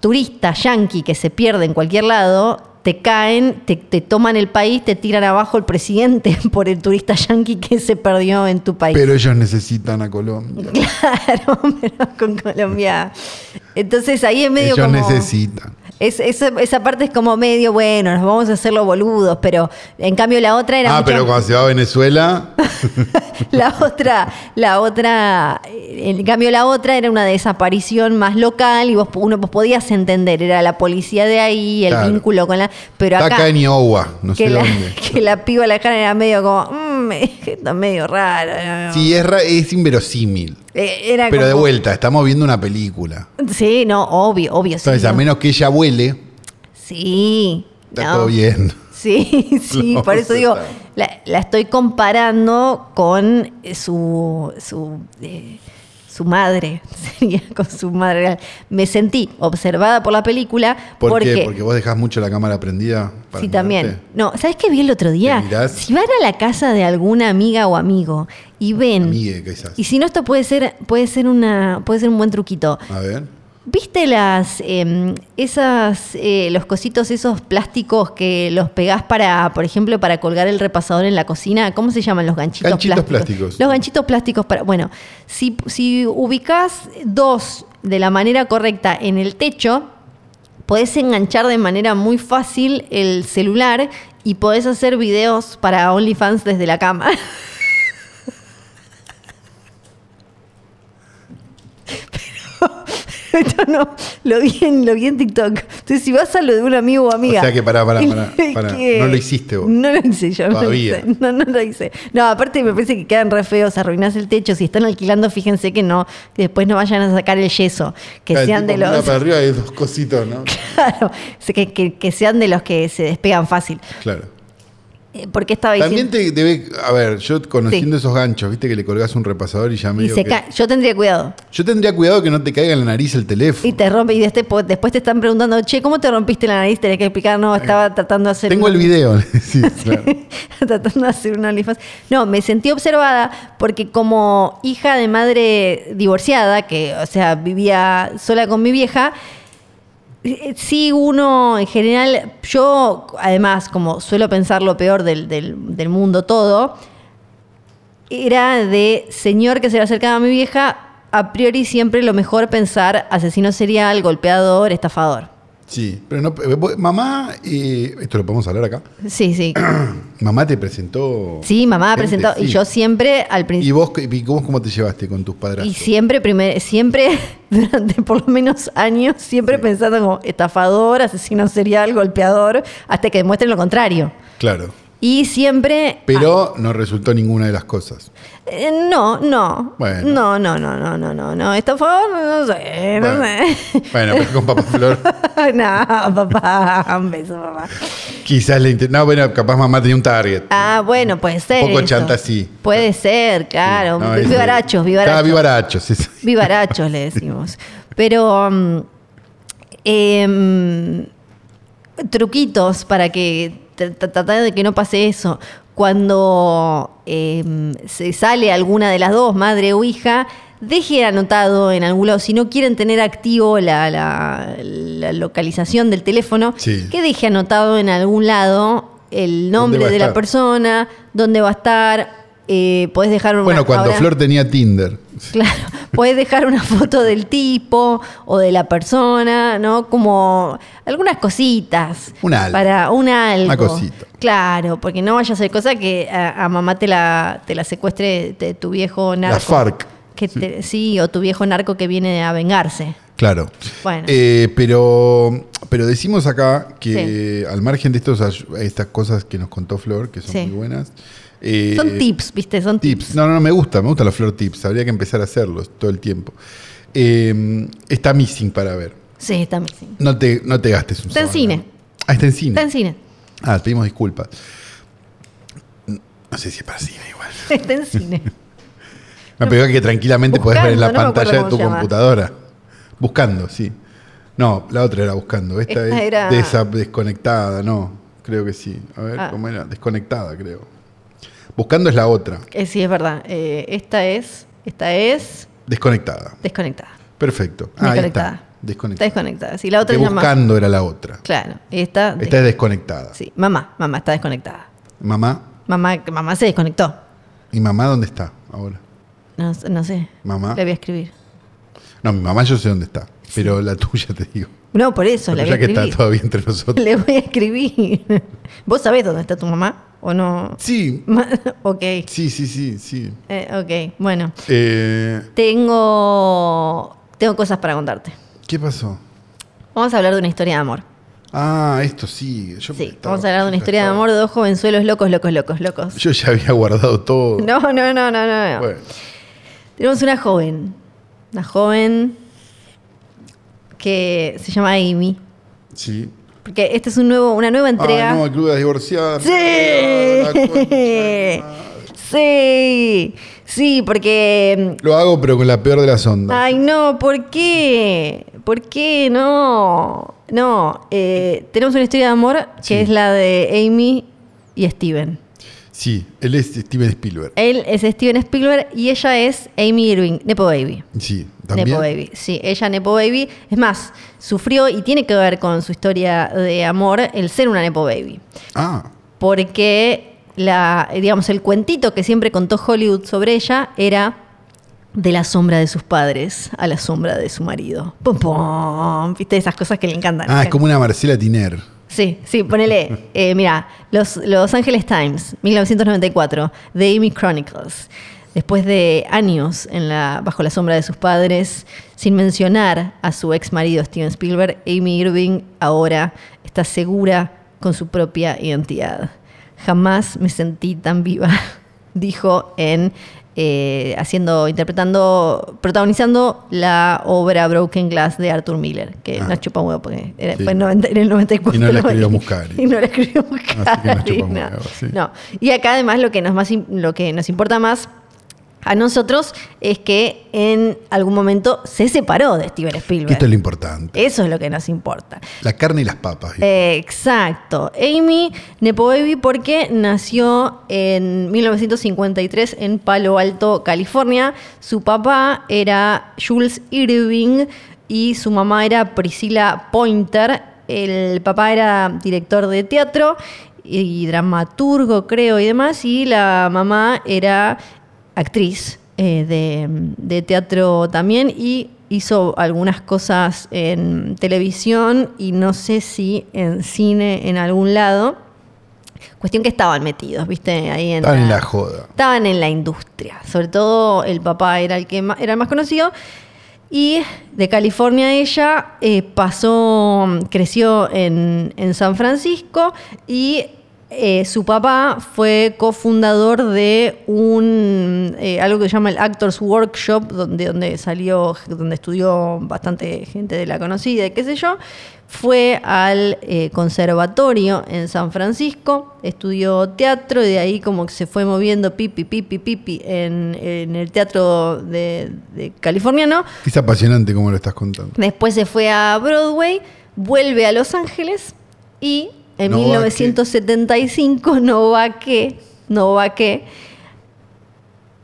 turista yanqui que se pierde en cualquier lado, te caen, te, te toman el país, te tiran abajo el presidente *laughs* por el turista yanqui que se perdió en tu país. Pero ellos necesitan a Colombia. Claro, *laughs* pero con Colombia. Entonces ahí es medio ellos como... necesitan. Es- esa, esa parte es como medio, bueno, nos vamos a hacer los boludos, pero en cambio la otra era Ah, mucho- pero cuando se va a Venezuela, *laughs* la otra, la otra, en cambio la otra era una desaparición más local y vos uno vos podías entender, era la policía de ahí, el Claro. vínculo con la, pero está acá, acá en Iowa, no que, sé la, dónde. *laughs* que la piba la dejaron era medio como, mmm, está medio raro. ¿no? Sí, es, ra- es inverosímil. Eh, era Pero de como- vuelta, estamos viendo una película. Sí, no, obvio, obvio. sí, Entonces, a no. menos que ella vuele, Sí. está no. *laughs* todo bien. Sí, sí, No, por eso se digo, sabe. la, la estoy comparando con eh, su, su, eh, su madre, *laughs* sería con su madre real. Me sentí observada por la película ¿Por porque... qué? Porque vos dejás mucho la cámara prendida. para Sí, mirarte. también. No, ¿sabes qué vi el otro día? ¿Te mirás? Si van a la casa de alguna amiga o amigo y ven... Amigue, quizás. Y si no, esto puede ser, puede ser una, puede ser un buen truquito. A ver. ¿Viste las em, esas eh, los cositos esos plásticos que los pegás para, por ejemplo, para colgar el repasador en la cocina? ¿Cómo se llaman los ganchitos, Ganchitos plásticos. Los ganchitos plásticos para, bueno, si si ubicás dos de la manera correcta en el techo, podés enganchar de manera muy fácil el celular y podés hacer videos para OnlyFans desde la cama. *laughs* Esto no, lo vi, en, lo vi en TikTok. Entonces, si vas a lo de un amigo o amiga. O sea que pará, *laughs* pará, pará, que- pará. No lo hiciste vos. No lo hice yo. no lo Todavía. hice. No, no lo hice. No, aparte me parece que quedan re feos, arruinás el techo. Si están alquilando, fíjense que no, que después no vayan a sacar el yeso. Que Ah, el sean tipo de mira los. para arriba hay dos *laughs* cositos, ¿no? Claro, o sea, que, que- que sean de los que se despegan fácil. Claro. eh, porque estaba También diciendo... te debe. A ver, yo conociendo esos ganchos, viste que le colgás un repasador y ya Y medio. se que- cae. Yo tendría cuidado. Yo tendría cuidado que no te caiga en la nariz el teléfono. Y te rompe, y después, po- después te están preguntando, che, ¿cómo te rompiste la nariz? Tenés que explicar, no, estaba tratando de hacer... Tengo un- *laughs* el video. sí, claro. tratando de hacer un OnlyFans. No, me sentí observada porque como hija de madre divorciada, que, o sea, vivía sola con mi vieja, eh, sí uno, en general, yo, además, como suelo pensar lo peor del, del- del mundo todo, era de señor que se le acercaba a mi vieja, a priori siempre lo mejor pensar asesino serial, golpeador, estafador. Sí, pero no. eh, vos- Mamá, eh, esto lo podemos hablar acá. Sí, *coughs* sí. Mamá te presentó. Sí, mamá ha gente, presentado. Y sí. yo siempre al principio... ¿Y vos, qué- y cómo, cómo te llevaste con tus padres? Y siempre, primer, siempre, *laughs* durante por lo menos años, siempre pensando como estafador, asesino serial, golpeador, hasta que demuestren lo contrario. Claro. Y siempre... Pero no resultó ninguna de las cosas. ah, eh, no, no. Bueno. No, no, no, no, no, no, no. Estafador, no sé, no Bueno, sé. Bueno, pero con Papá Flor *laughs* no, papá, un beso, papá. quizás le inter... No, bueno, capaz mamá tenía un target. Ah, bueno, puede ser. Poco eso. chanta, sí. Puede ser, claro. No, es- vivarachos, Ah, vivarachos. vivarachos, sí, sí. Vivarachos le decimos. Pero mm, em, truquitos para que tr- tr- tratar de que no pase eso. Cuando em, se sale alguna de las dos, madre o hija, deje anotado en algún lado, si no quieren tener activo la, la- la localización del teléfono, Sí. que deje anotado en algún lado el ¿Dónde va nombre a de la estar? persona, dónde va a estar. Eh, podés dejar una Bueno, cuando ahora- Flor tenía Tinder. *laughs* Claro, puedes dejar una foto del tipo o de la persona, ¿no? Como algunas cositas. Un algo. Para un algo. Una cosita. Claro, porque no vaya a ser cosa que a, a mamá te la, te la secuestre te- tu viejo narco. FARC. Que te- sí, o tu viejo narco que viene a vengarse. Claro. Bueno. Eh, pero, pero decimos acá que al margen de estos, ay- estas cosas que nos contó Flor, que son Sí. muy buenas. eh, Son tips, ¿viste? Son tips. Tips. No, no, no, me gusta, me gusta la Flor Tips. Habría que empezar a hacerlos todo el tiempo. Eh, está Missing para ver. Sí, está missing. No te, no te gastes un Está en sábado. cine. Ah, está en cine. Está en *laughs* cine. Ah, pedimos disculpas. No sé si es para cine igual. *laughs* Está en cine. Una película que tranquilamente podés ver en la Buscando, no me pantalla de acuerdo tu cómo se computadora. Buscando, sí. No, la otra era buscando. Esta, Esta es era- de esa desconectada, no. Creo que sí. A ver, Ah. ¿cómo era? Desconectada, creo. Buscando es la otra. Eh, sí, es verdad. Eh, esta es. Esta es Desconectada. desconectada. Perfecto. Ah, ahí está. Desconectada. Está Desconectada. desconectada. Sí, la otra Porque se llama. buscando era la otra. Claro, esta. Esta es desconectada. Sí, mamá, mamá está desconectada. Mamá. Mamá, mamá se desconectó. ¿Y mamá dónde está ahora? No, no sé. Mamá. La voy a escribir. No, mi mamá yo sé dónde está. Pero la tuya te digo. No, por eso, la La voy a tuya que está escribir. todavía entre *laughs* nosotros. Le voy a escribir. ¿Vos sabés dónde está tu mamá? ¿O no? *laughs* Sí, Ma- ok. Eh, sí, sí, sí, sí. ok, bueno. Eh, Tengo. Tengo cosas para contarte. ¿Qué pasó? Vamos a hablar de una historia de amor. Ah, esto sí. Yo Sí, estaba- vamos a hablar de una yo historia de estaba- amor de dos jovenzuelos locos, locos, locos, locos. Yo ya había guardado todo. No, no, no, no, no. no. Bueno, Tenemos una joven. Una joven que se llama Amy. sí. Porque esta es un nuevo, una nueva entrega. Ah, no, el club de las divorciadas. Ah, la concha sí. de ma- Sí. Sí, porque. Lo hago, pero con la peor de las ondas. Ay, no, ¿por qué? ¿Por qué? No. No. eh, tenemos una historia de amor que Sí. es la de Amy y Steven. Sí, él es Steven Spielberg. Él es Steven Spielberg y ella es Amy Irving, Nepo Baby. Sí, también. Nepo Baby. Sí, ella Nepo Baby. Es más, sufrió y tiene que ver con su historia de amor el ser una Nepo Baby. Ah, Porque la, digamos, el cuentito que siempre contó Hollywood sobre ella era de la sombra de sus padres a la sombra de su marido. ¡Pum, pum! ¿Viste esas cosas que le encantan? ah es como una Marcela Tiner. Sí, sí, ponele. eh, mira, Los, Los Angeles Times, 1994, The Amy Chronicles. Después de años en la, bajo la sombra de sus padres, sin mencionar a su ex marido Steven Spielberg, Amy Irving ahora está segura con su propia identidad. Jamás me sentí tan viva *laughs* dijo en eh, haciendo, interpretando, protagonizando la obra Broken Glass de Arthur Miller, que Ah. nos chupa un huevo porque era, Sí. fue en, 90 en el 94. Y no la escribió Muscari. Y no la escribió Así que nos Muscari. chupa un no. huevo, sí. No. Y acá además lo que nos más im- lo que nos importa más a nosotros es que en algún momento se separó de Steven Spielberg. Esto es lo importante. Eso es lo que nos importa. La carne y las papas. ¿viste? Eh, Exacto. Amy Nepo Baby porque nació en 1953 en Palo Alto, California. Su papá era Jules Irving y su mamá era Priscilla Pointer. El papá era director de teatro y dramaturgo, creo, y demás. Y la mamá era actriz eh, de, de teatro también y hizo algunas cosas en televisión y no sé si en cine en algún lado. Cuestión que estaban metidos, ¿viste? Ahí en Estaban en la joda. Estaban en la industria. Sobre todo el papá era el que ma- era el más conocido. Y de California ella eh, pasó, mm, creció en, en San Francisco y eh, su papá fue cofundador de un eh, algo que se llama el Actors Workshop, donde, donde salió, donde estudió bastante gente de la conocida y qué sé yo. Fue al eh, conservatorio en San Francisco, estudió teatro y de ahí como que se fue moviendo pipi, pipi, pipi en, en el teatro de, de californiano. Es apasionante como lo estás contando. Después se fue a Broadway, vuelve a Los Ángeles y en No va 1975 no va que, no va que,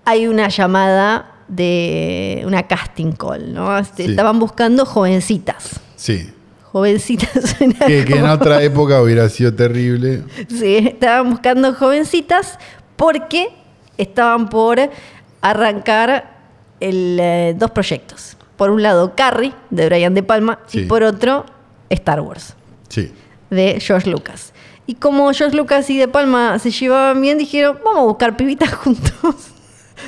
hay una llamada de una casting call, ¿no? Este, Sí. Estaban buscando jovencitas. Sí. Jovencitas *laughs* suena Que, que en como- otra época hubiera sido terrible. Sí, estaban buscando jovencitas porque estaban por arrancar el, eh, dos proyectos. Por un lado, Carrie, de Brian De Palma, y Sí. por otro, Star Wars, Sí. de George Lucas. Y como George Lucas y De Palma se llevaban bien, dijeron, vamos a buscar pibitas *laughs* juntos.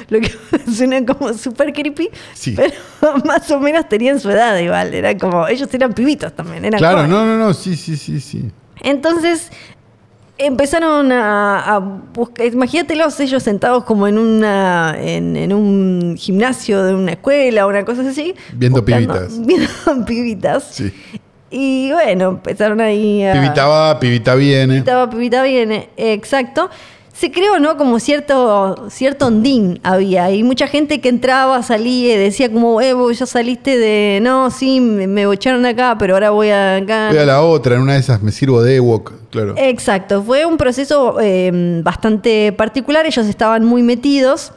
Lo que *laughs* suena como súper creepy, Sí. pero *laughs* más o menos tenían su edad igual. Era como, ellos eran pibitos también. Eran Claro, jóvenes. no, no, no. Sí, sí, sí, sí. Entonces empezaron a, a buscar, imagínatelos ellos sentados como en una en, en un gimnasio de una escuela o una cosa así. Viendo pibitas. *laughs* Viendo pibitas. sí. Y bueno, empezaron ahí a... Pibita va, pibita viene. Pibita, pibita viene, exacto. Se creó, ¿no? Como cierto, cierto ondín había. Y mucha gente que entraba, salía, y decía como, eh, vos ya saliste de, no, sí, me, me bocharon de acá, pero ahora voy a acá. Voy a la otra, en una de esas me sirvo de Ewok, claro. Eh, Exacto, fue un proceso eh, bastante particular, ellos estaban muy metidos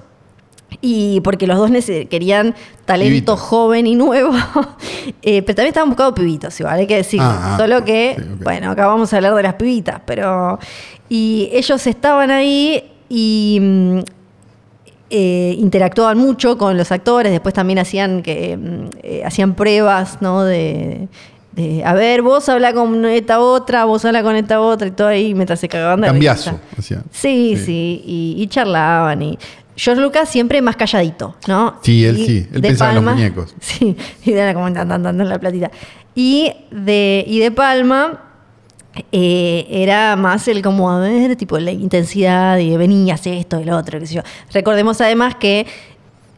y porque los dos nece- querían talento Pibito. joven y nuevo, *laughs* Eh, pero también estaban buscando pibitos, igual hay que decir, Ah, ah, solo que, sí, ok. bueno, acá vamos a hablar de las pibitas, pero... Y ellos estaban ahí y... mm, eh, interactuaban mucho con los actores, después también hacían que mm, eh, hacían pruebas, ¿no? De, de, a ver, vos habla con esta otra, vos habla con esta otra y todo ahí mientras se cagaban de Cambiazo. risa. hacía. Sí, sí, Sí. y, y charlaban y George Lucas siempre más calladito, ¿no? Sí, él Y sí, él De pensaba en los muñecos. *laughs* Sí, y era como tan, tan, tan, tan la platita. Y de, y de Palma eh, era más el como, a ver, tipo la intensidad y venías esto y lo otro, qué sé yo. Recordemos además que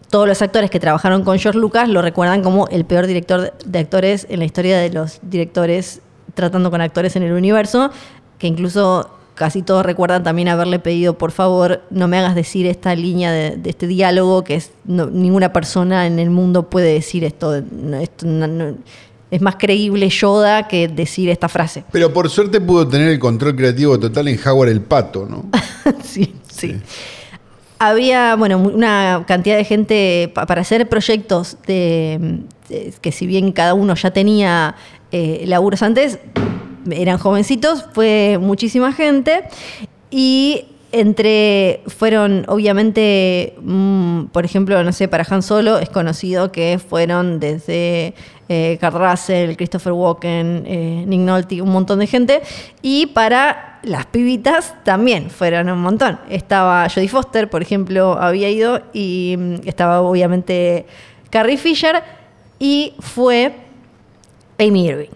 todos los actores que trabajaron con George Lucas lo recuerdan como el peor director de- de actores en la historia de los directores tratando con actores en el universo, que incluso casi todos recuerdan también haberle pedido, por favor, no me hagas decir esta línea de, de este diálogo, que es no- ninguna persona en el mundo puede decir esto. no- esto no- no- es más creíble Yoda que decir esta frase. Pero por suerte pudo tener el control creativo total en Jaguar el Pato, *laughs* ¿no? sí, sí. Había, bueno, mu- una cantidad de gente pa- para hacer proyectos de, de- que si bien cada uno ya tenía eh, laburos antes, eran jovencitos, fue muchísima gente y entre fueron obviamente mm, por ejemplo no sé para Han Solo es conocido que fueron desde eh, Kurt Russell, Christopher Walken, eh, Nick Nolte, un montón de gente y para las pibitas también fueron un montón. Estaba Jodie Foster, por ejemplo, había ido y mm, estaba obviamente Carrie Fisher y fue Amy Irving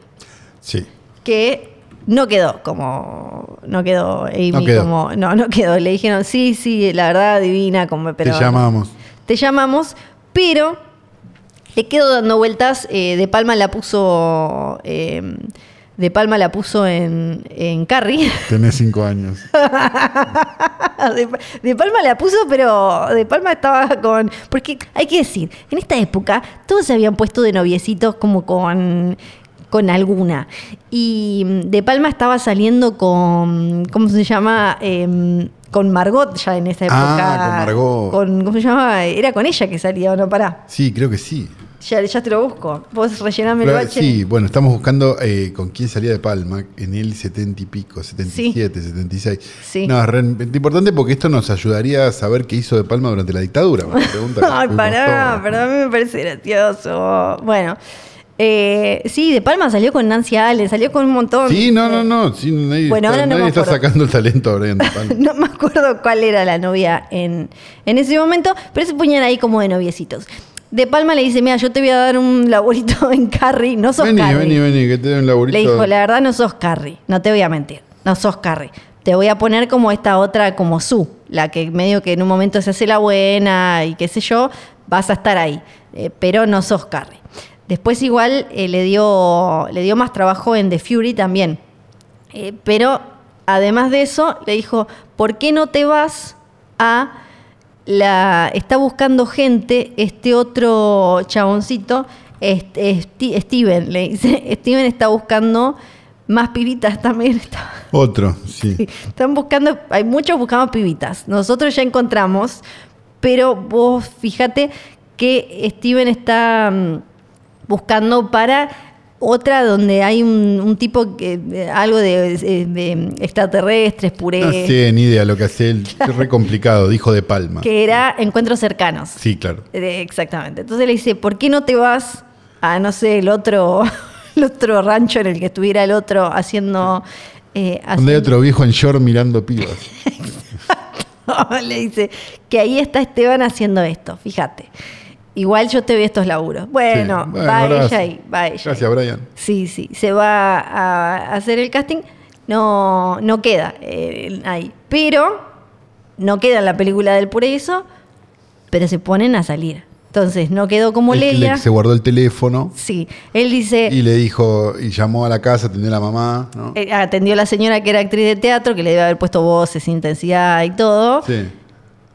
Sí. que No quedó como. No quedó Amy No quedó. como. No, no quedó. Le dijeron, sí, sí, la verdad divina, como, pero. Te llamamos. Te llamamos, pero le quedo dando vueltas. eh, de Palma la puso. eh, de Palma la puso en, en Carrie. *laughs* Tenés cinco años. De, Pa- De Palma la puso, pero De Palma estaba con. Porque hay que decir, en esta época todos se habían puesto de noviecitos como con con alguna. Y mm, De Palma estaba saliendo con, ¿cómo se llama? Em, con Margot ya en esa época. Ah, con Margot. Con- ¿Cómo se llama? Era con ella que salía, ¿o no? Pará. Sí, creo que sí. Ya, ya te lo busco. Vos rellename el Pero, bache. *laughs* sí, bueno, estamos buscando eh, con quién salía de Palma en el 70 y pico, 77, 76. Sí. No, es realmente importante porque esto nos ayudaría a saber qué hizo de Palma durante la dictadura. *laughs* una pregunta que Ay, tuvimos pará, todos. pero a mí me parece gracioso. Bueno, eh, sí, De Palma salió con Nancy Allen, salió con un montón. Sí, no, no, no. sí, nadie Bueno, está, ahora no nadie me está acuerdo. sacando el talento a Brian de Palma. *laughs* No me acuerdo cuál era la novia en, en ese momento, pero se ponían ahí como de noviecitos. De Palma le dice, mira, yo te voy a dar un laborito *laughs* en Carrie, no sos vení, Carrie. vení, vení, que te den un laburito. Le dijo, la verdad no sos Carrie, no te voy a mentir, no sos Carrie. Te voy a poner como esta otra, como Sue, la que medio que en un momento se hace la buena y qué sé yo, vas a estar ahí, eh, pero no sos Carrie. Después igual eh, le, dio, le dio más trabajo en The Fury también, Eh, pero además de eso le dijo, ¿por qué no te vas a la está buscando gente este otro chaboncito este, Esti- Steven le dice *laughs* Steven está buscando más pibitas también *laughs* está- Otro, sí. están buscando hay muchos buscando pibitas nosotros ya encontramos pero vos fíjate que Steven está mm, buscando para otra donde hay un, un tipo que eh, algo de, eh, de extraterrestres puré No sé, ni idea lo que hace él. Es re complicado, dijo de Palma. que era encuentros cercanos Sí, claro. Eh, Exactamente. Entonces le dice, ¿por qué no te vas a, no sé, el otro, *laughs* el otro rancho en el que estuviera el otro haciendo... eh, Donde hay haciendo- otro viejo en short mirando pibas. *laughs* le dice, que ahí está Esteban haciendo esto, fíjate. Igual yo te vi estos laburos. Bueno, Sí. va ahora- Eh, ella ahí, va ella. ahí. Gracias, Brian. Sí, sí, se va a hacer el casting. No, no queda eh, ahí. Pero no queda en la película del puré eso, pero se ponen a salir. Entonces no quedó como El que Leia. le- se guardó el teléfono Sí, él dice, y le dijo, y llamó a la casa, atendió a la mamá, ¿no? eh, atendió a la señora que era actriz de teatro, que le debe haber puesto voces, intensidad y todo. Sí.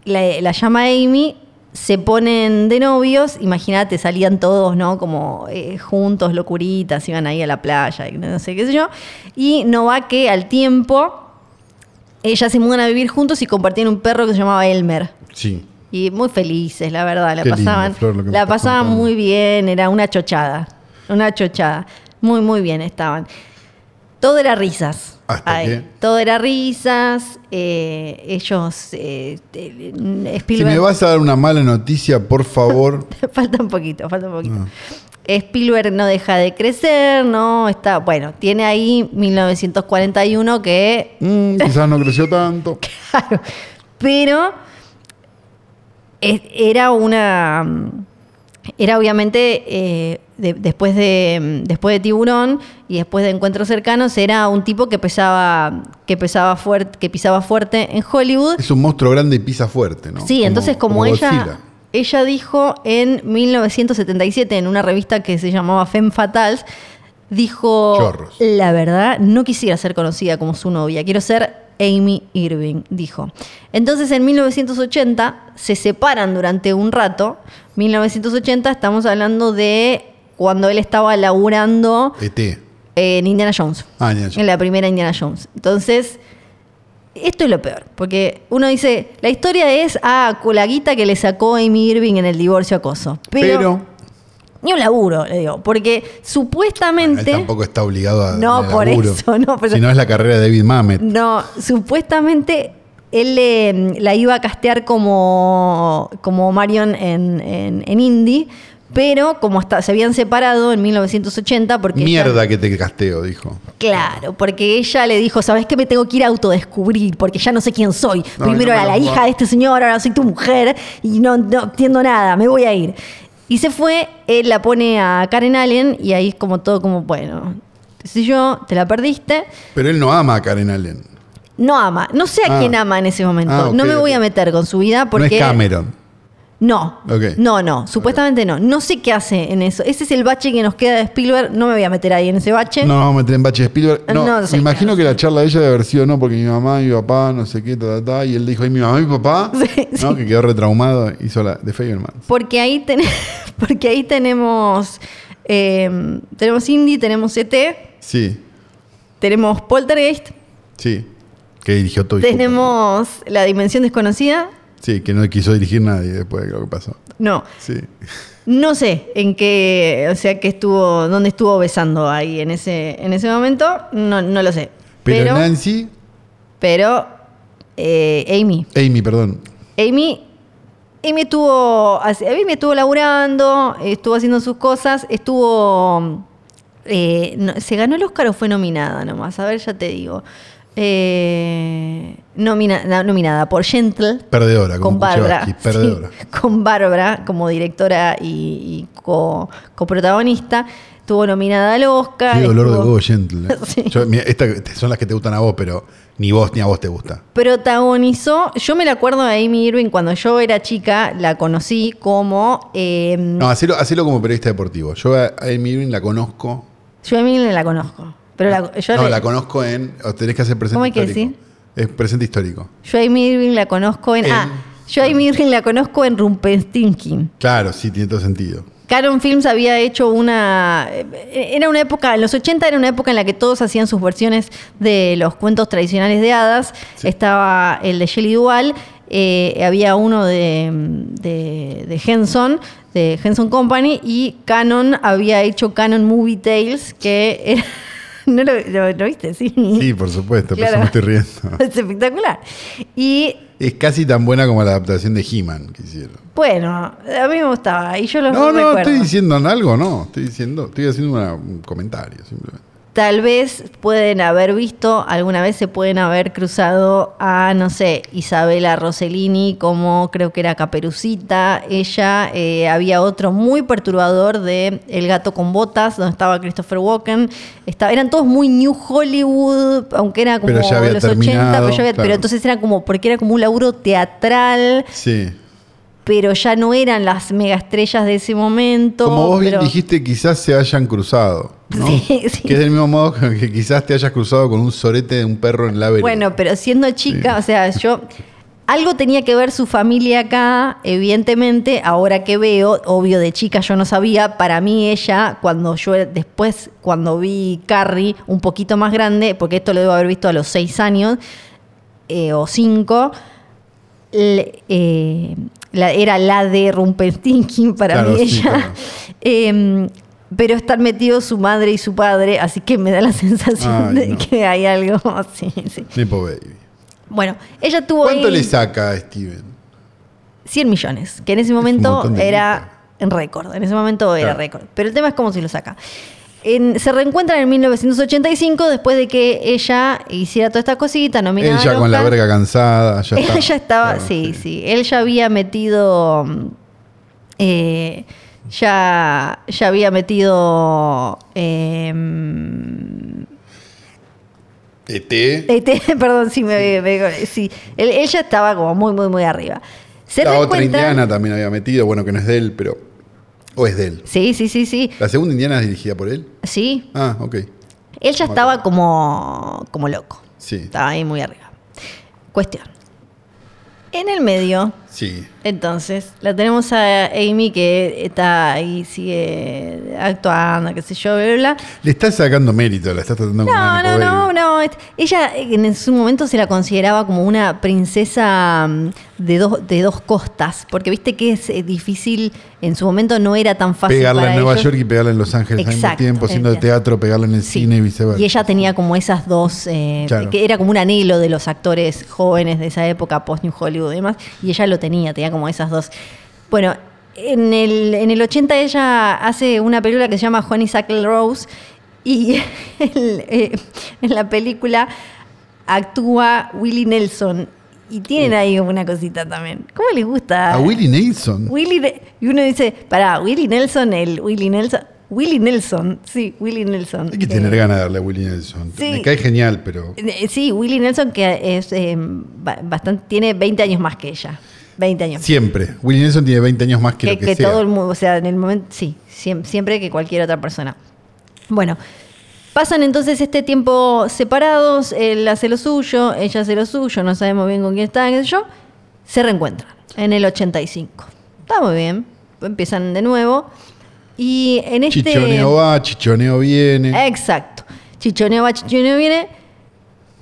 La, la llama Amy, se ponen de novios, imagínate, salían todos, ¿no? Como eh, juntos, locuritas, iban ahí a la playa, y no sé qué sé yo. Y no va que al tiempo, ellas se mudan a vivir juntos y compartían un perro que se llamaba Elmer. Sí. Y muy felices, la verdad, la Qué lindo, pasaban, Flor, lo que me la estás pasaban contando. muy bien, era una chochada, una chochada. Muy, muy bien estaban. Todo era risas. Hasta que- Todo era risas, eh, ellos, eh, eh, Si Spielberg... me vas a dar una mala noticia, por favor. *laughs* falta un poquito, falta un poquito. Ah. Spielberg no deja de crecer, ¿no? Está, bueno, tiene ahí 1941 que Mm, quizás no creció tanto. Claro. Pero es- era una. Era obviamente. eh, de- después, de, después de Tiburón y después de Encuentros Cercanos, era un tipo que pesaba, que pesaba fuerte, que pisaba fuerte en Hollywood. Es un monstruo grande y pisa fuerte, ¿no? Sí, entonces como, ella, Godzilla. ella dijo en 1977 en una revista que se llamaba Femme Fatales, dijo, Chorros. la verdad, no quisiera ser conocida como su novia, quiero ser Amy Irving, dijo. Entonces en 1980 se separan durante un rato, 1980 estamos hablando de cuando él estaba laburando ET. en Indiana Jones. E Ah, Indiana Jones. En la primera Indiana Jones. Entonces, esto es lo peor, porque uno dice, la historia es a ah, con la guita que le sacó Amy Irving en el divorcio acoso. Pero, Pero, ni un laburo, le digo, porque él supuestamente tampoco está obligado a. No, en el por laburo. eso, no, pero- Si no es la carrera de David Mamet. no, supuestamente él le- la iba a castear como, como Marion en, en, en Indy, pero como hasta, se habían separado en 1980 porque ella- Mierda que te casteo, dijo. Claro, porque ella le dijo, ¿sabes qué? Me tengo que ir a autodescubrir, porque ya no sé quién soy. No, Primero no me era la lo hija puedo. de este señor, ahora soy tu mujer, y no, no entiendo nada, me voy a ir. Y se fue, él la pone a Karen Allen, y ahí es como todo como, bueno, Si yo te la perdiste, Pero él no ama a Karen Allen. no ama. No sé a Ah. quién ama en ese momento. Ah, ok, no me ok. voy a meter con su vida No es porque. Cameron. No, Ok. no, no, supuestamente no. No sé qué hace en eso. Ese es el bache que nos queda de Spielberg. No me voy a meter ahí en ese bache. No nos vamos a meter en bache de Spielberg. No, ¿Eh? No, sí, me imagino claro. que la charla de ella debe haber sido, no, porque mi mamá, mi papá, no sé qué, ta, ta, ta, y él dijo, ¿y mi mamá, y mi papá? *laughs* Sí, ¿No? Que quedó retraumado, hizo la de Fableman. Porque ahí, ten- *laughs* porque ahí tenemos. eh, tenemos Indy, tenemos ET, Sí, tenemos Poltergeist, sí. Que dirigió todo. hijo de tenemos La Dimensión Desconocida. puta. Sí, que no quiso dirigir nadie después de lo que pasó. No, Sí. no sé en qué. O sea, que estuvo. ¿Dónde estuvo besando ahí en ese, en ese momento? No, no lo sé. Pero. Pero, Pero, Nancy, eh, Amy. Amy, perdón. Amy, Amy estuvo, Amy estuvo laburando, estuvo haciendo sus cosas, estuvo... eh, no- ¿Se ganó el Oscar o fue nominada nomás? A ver, ya te digo. Eh, nomina- na- nominada por Gentle. Perdedora, como con Bárbara. Kuchavsky, perdedora. sí, *laughs* con Bárbara como directora y, y co- coprotagonista. Estuvo nominada al Oscar. Qué dolor de estuvo- huevo gentle. ¿eh? *laughs* Sí. Yo- mira, estas que- son las que te gustan a vos, pero ni vos ni a vos te gusta. protagonizó, yo me la acuerdo de Amy Irving cuando yo era chica, la conocí como... eh, No, hacelo, hacelo como periodista deportivo. Yo a a Amy Irving la conozco. Yo a Amy Irving la conozco, pero la, yo, no, le- la conozco en. o tenés que hacer presente ¿Cómo hay que histórico. Es presente histórico. yo a Amy Irving la conozco en... En- Ah, yo a Amy Irving la conozco en Rumpelstiltskin. Claro, sí, tiene todo sentido. Caron Films había hecho una... eh, Era una época, en los 80 era una época en la que todos hacían sus versiones de los cuentos tradicionales de hadas. Sí. Estaba el de Shelley Duval, eh, había uno de, de, de Henson, de Henson Company, y Canon había hecho Canon Movie Tales, que era... *laughs* ¿No lo, lo- lo viste? Sí. Sí, por supuesto, por eso Claro. me estoy riendo. *laughs* Es espectacular. Y Es casi tan buena como la adaptación de He-Man que hicieron. bueno, a mí me gustaba, y yo los No, no, recuerdo. estoy diciendo algo, no. Estoy diciendo, estoy haciendo una- un comentario simplemente. Tal vez pueden haber visto, alguna vez se pueden haber cruzado a, no sé, Isabela Rossellini, como creo que era Caperucita. Ella eh, había otro muy perturbador de El gato con botas, donde estaba Christopher Walken. Estaba- eran todos muy New Hollywood, aunque era como Pero ya había los 80, pero, ya había- terminado, claro. pero entonces era como, porque era como un laburo teatral, Sí. pero ya no eran las megaestrellas de ese momento. Como vos bien pero- dijiste, quizás se hayan cruzado. ¿no? Sí, *laughs* sí. Que es del mismo modo que quizás te hayas cruzado con un sorete de un perro en la vereda. Bueno, pero siendo chica, o sea, yo. Algo tenía que ver su familia acá, evidentemente, ahora que veo, obvio de chica yo no sabía, para mí ella, cuando yo después, cuando vi Carrie un poquito más grande, porque esto lo debo haber visto a los seis años eh, o cinco, le- eh, la- era la de Rumpelstiltskin para Claro, mí sí, ella. claro. *laughs* Em, pero están metidos su madre y su padre, así que me da la sensación Ay, de no. que hay algo. *laughs* Sí, sí. Nepo Baby. Bueno, ella tuvo ¿Cuánto ahí le saca a Steven? 100 millones, que en ese un momento montón de era en récord, en ese momento era Claro. récord. Pero el tema es cómo se lo saca. En- se reencuentran en 1985 después de que ella hiciera toda esta cosita, nominada Él ya al con la Oscar. verga *laughs* cansada, ya está. Ah, este, Él ya estaba, Claro, sí, sí. Él ya había metido. mm, eh, ya, ya había metido. eh, mm, ET. este, *laughs* perdón, sí, me, me- sí. Él, él ya estaba como muy, muy, muy arriba. Se La otra reencuentran- indiana también había metido, bueno, que no es de él, pero. O es de él. Sí, sí, sí, sí. ¿La segunda indiana es dirigida por él? Sí. Ah, ok. Él ya estaba como, como loco. Sí. Estaba ahí muy arriba. Cuestión. En el medio, Sí. Entonces, la tenemos a Amy que está ahí, sigue actuando, qué sé yo, bla, bla, bla. Le estás sacando mérito, la estás tratando como No, una no, Nepo no, Baby. no. es- Ella eh, en su momento se la consideraba como una princesa mm, de dos, de dos costas, porque viste que es eh, difícil, en su momento no era tan fácil. Pegarla para en Nueva ellos. York y pegarla en Los Ángeles al mismo Exacto, tiempo, siendo de entiendo. teatro, pegarla en el Sí. cine y viceversa. Y ella tenía como esas dos, eh, Claro. que era como un anhelo de los actores jóvenes de esa época, post-New Hollywood y demás, y ella lo tenía, tenía como esas dos. Bueno, en el, en el 80 ella hace una película que se llama Juan y Sackle Rose, y *laughs* el, eh, en la película actúa Willie Nelson, y tienen ahí una cosita también. ¿Cómo les gusta? A Willie Nelson. Willie Ne- y uno dice, para Willie Nelson, el Willie Nelson. Willie Nelson, sí, Willie Nelson. eh, Hay que tener ganas de darle a Willie Nelson. sí. Me cae genial, pero. Eh, Sí, Willie Nelson que es eh, ba- bastante, tiene 20 años más que ella. 20 años. Siempre. Willie Nelson tiene 20 años más que, que, lo que, que sea. todo el mundo, o sea, en el momento, sí, siem- siempre que cualquier otra persona. Bueno, pasan entonces este tiempo separados, él hace lo suyo, ella hace lo suyo, no sabemos bien con quién está, qué sé yo, se reencuentran en el 85. Está muy bien, empiezan de nuevo. Y en este... Chichoneo va, chichoneo Eh. viene. Exacto. Chichoneo va, chichoneo viene.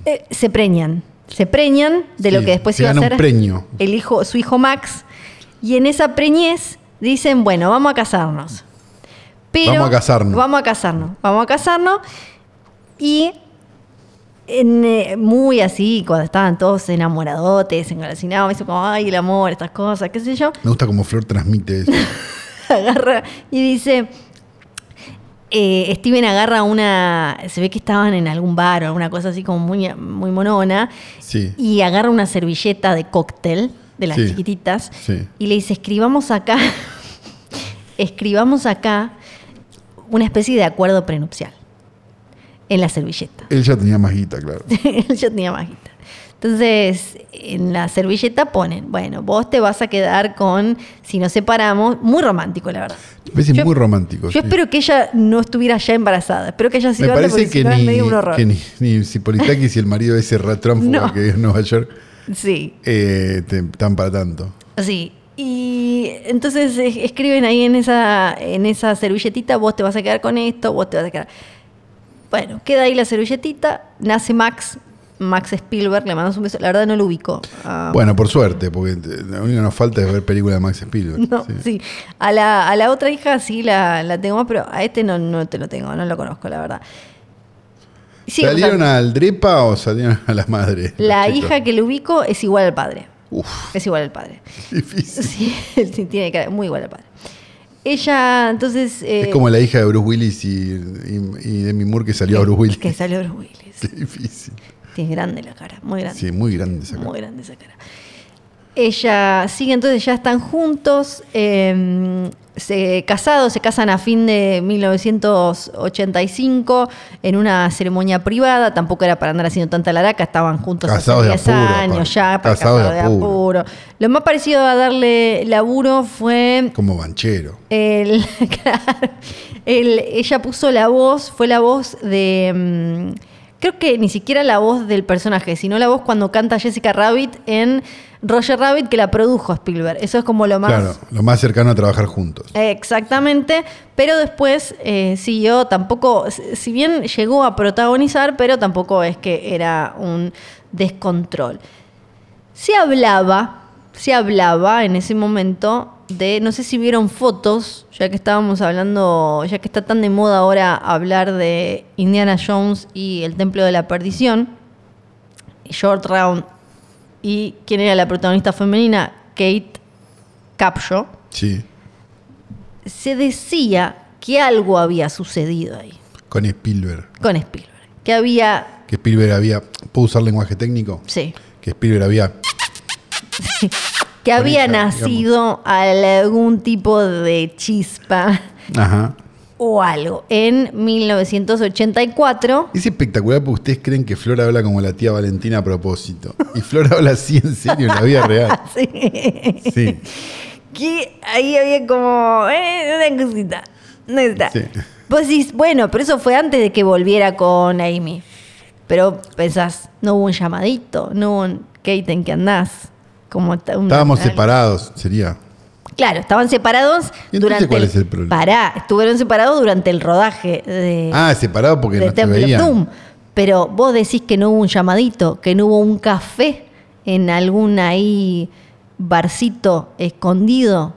Eh, se preñan. Se preñan de lo Sí, que después se iba a gana un ser preño. el hijo, su hijo Max. Y en esa preñez dicen, bueno, vamos a casarnos. Pero Vamos a casarnos. Vamos a casarnos. Vamos a casarnos. Y en, eh, muy así, cuando estaban todos enamoradotes, engalancinados, me hizo como, ay, el amor, estas cosas, qué sé yo Me gusta como Flor transmite eso. *laughs* agarra y dice. eh, Steven agarra una. Se ve que estaban en algún bar o alguna cosa así como muy, muy monona. Sí. Y agarra una servilleta de cóctel de las Sí. chiquititas. Sí. Y le dice: Escribamos acá. *laughs* escribamos acá una especie de acuerdo prenupcial. En la servilleta. Él ya tenía más guita, claro. *laughs* Yo tenía maguita. Entonces, en la servilleta ponen, bueno, vos te vas a quedar con, si nos separamos, muy romántico, la verdad. Me parece Yo- muy romántico. Yo sí. espero que ella no estuviera ya embarazada. Espero que ella Me siga andando parece porque si que no es ni, medio un horror. que ni, ni Zipolitakis y el marido de ese ratránfugo No. que vive en Nueva York Sí, eh, te- están para tanto. sí. Y entonces es- escriben ahí en esa, en esa servilletita, vos te vas a quedar con esto, vos te vas a quedar. Bueno, queda ahí la servilletita, nace Max, Max Spielberg, le mandamos un beso. La verdad no lo ubico. Ah, Bueno, por suerte, porque te- lo único que nos falta es ver películas de Max *laughs* Spielberg. No, sí. sí. A la, a la otra hija sí la, la tengo, pero a este no, no te lo tengo, no lo conozco, la verdad. Sí, o sea, ¿Salieron al Drepa o salieron a la madre? la los chicos? hija que le ubico es igual al padre. Uf, Es igual al padre. *laughs* difícil. Sí, *laughs* él sí tiene cara muy igual al padre. Ella, entonces. eh, es como la hija de Bruce Willis y, y, y Demi Moore que salió a Bruce Willis. Que salió Bruce Willis. *laughs* Qué difícil. Sí, es grande la cara, muy grande. Sí, muy grande esa cara. Muy grande esa cara. Ella sigue, entonces ya están juntos, eh, se casados, se casan a fin de 1985 en una ceremonia privada, tampoco era para andar haciendo tanta laraca, estaban juntos Casados de hace 10 apuro, años aparte. ya, para Casados de casado de apuro. apuro. Lo más parecido a darle laburo fue Como banchero. el, *laughs* claro, el- ella puso la voz, fue la voz de. mm, creo que ni siquiera la voz del personaje, sino la voz cuando canta Jessica Rabbit en Roger Rabbit, que la produjo Spielberg. Eso es como lo más. Claro, lo más cercano a trabajar juntos. Exactamente, pero después eh, siguió, tampoco, si si bien llegó a protagonizar, pero tampoco es que era un descontrol. Se hablaba, se hablaba en ese momento de, no sé si vieron fotos, ya que estábamos hablando, ya que está tan de moda ahora hablar de Indiana Jones y el Templo de la Perdición, Short Round, y quién era la protagonista femenina, Kate Capshaw Sí, se decía que algo había sucedido ahí con Spielberg. con Spielberg. Que había. Que Spielberg había. ¿Puedo usar lenguaje técnico? Sí. *laughs* Que Spielberg había. Que Con había ella, nacido algún tipo de chispa Ajá. o algo en 1984. Es espectacular porque ustedes creen que Flor habla como la tía Valentina a propósito. Y Flor *laughs* habla así en serio en la *laughs* vida real. *laughs* Sí. Sí. Que ahí había como. eh, una cosita. Una cosita. Sí. Vos decís, bueno, pero eso fue antes de que volviera con Amy. Pero pensás, no hubo un llamadito, no hubo un Kate en que andás. Como ta- una- Estábamos algo. separados, sería. Claro, estaban separados ¿Y entonces durante. cuál es el problema? Pará, estuvieron separados durante el rodaje de, Ah, separados porque de no se Temple of veían. Doom. Pero vos decís que no hubo un llamadito, que no hubo un café en algún ahí barcito escondido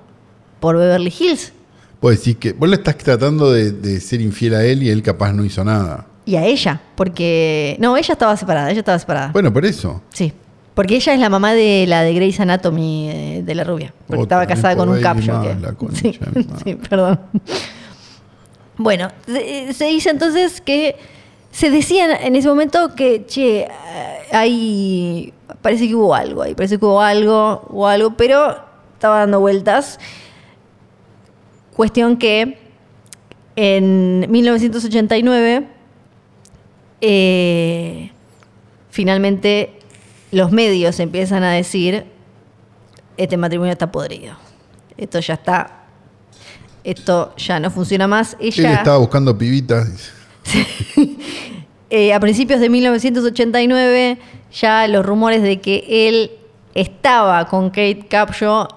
por Beverly Hills. Vos decís que vos le estás tratando de, de ser infiel a él y él capaz no hizo nada. Y a ella, porque. No, ella estaba separada, ella estaba separada. Bueno, por eso. Sí. Porque ella es la mamá de la de Grey's Anatomy, eh, de la rubia. Porque Otra estaba vez casada por con un ahí, caption. más que- la *laughs* concha sí, de mi madre. sí, perdón. Bueno, se, se dice entonces que se decía en ese momento que, che, ah, hay, parece que hubo algo ahí, parece que hubo algo, o algo, pero estaba dando vueltas. Cuestión que En 1989, eh, finalmente los medios empiezan a decir, este matrimonio está podrido. Esto ya está, esto ya no funciona más. Él Ella, estaba buscando pibitas. eh, a principios de 1989, ya los rumores de que él estaba con Kate Capshaw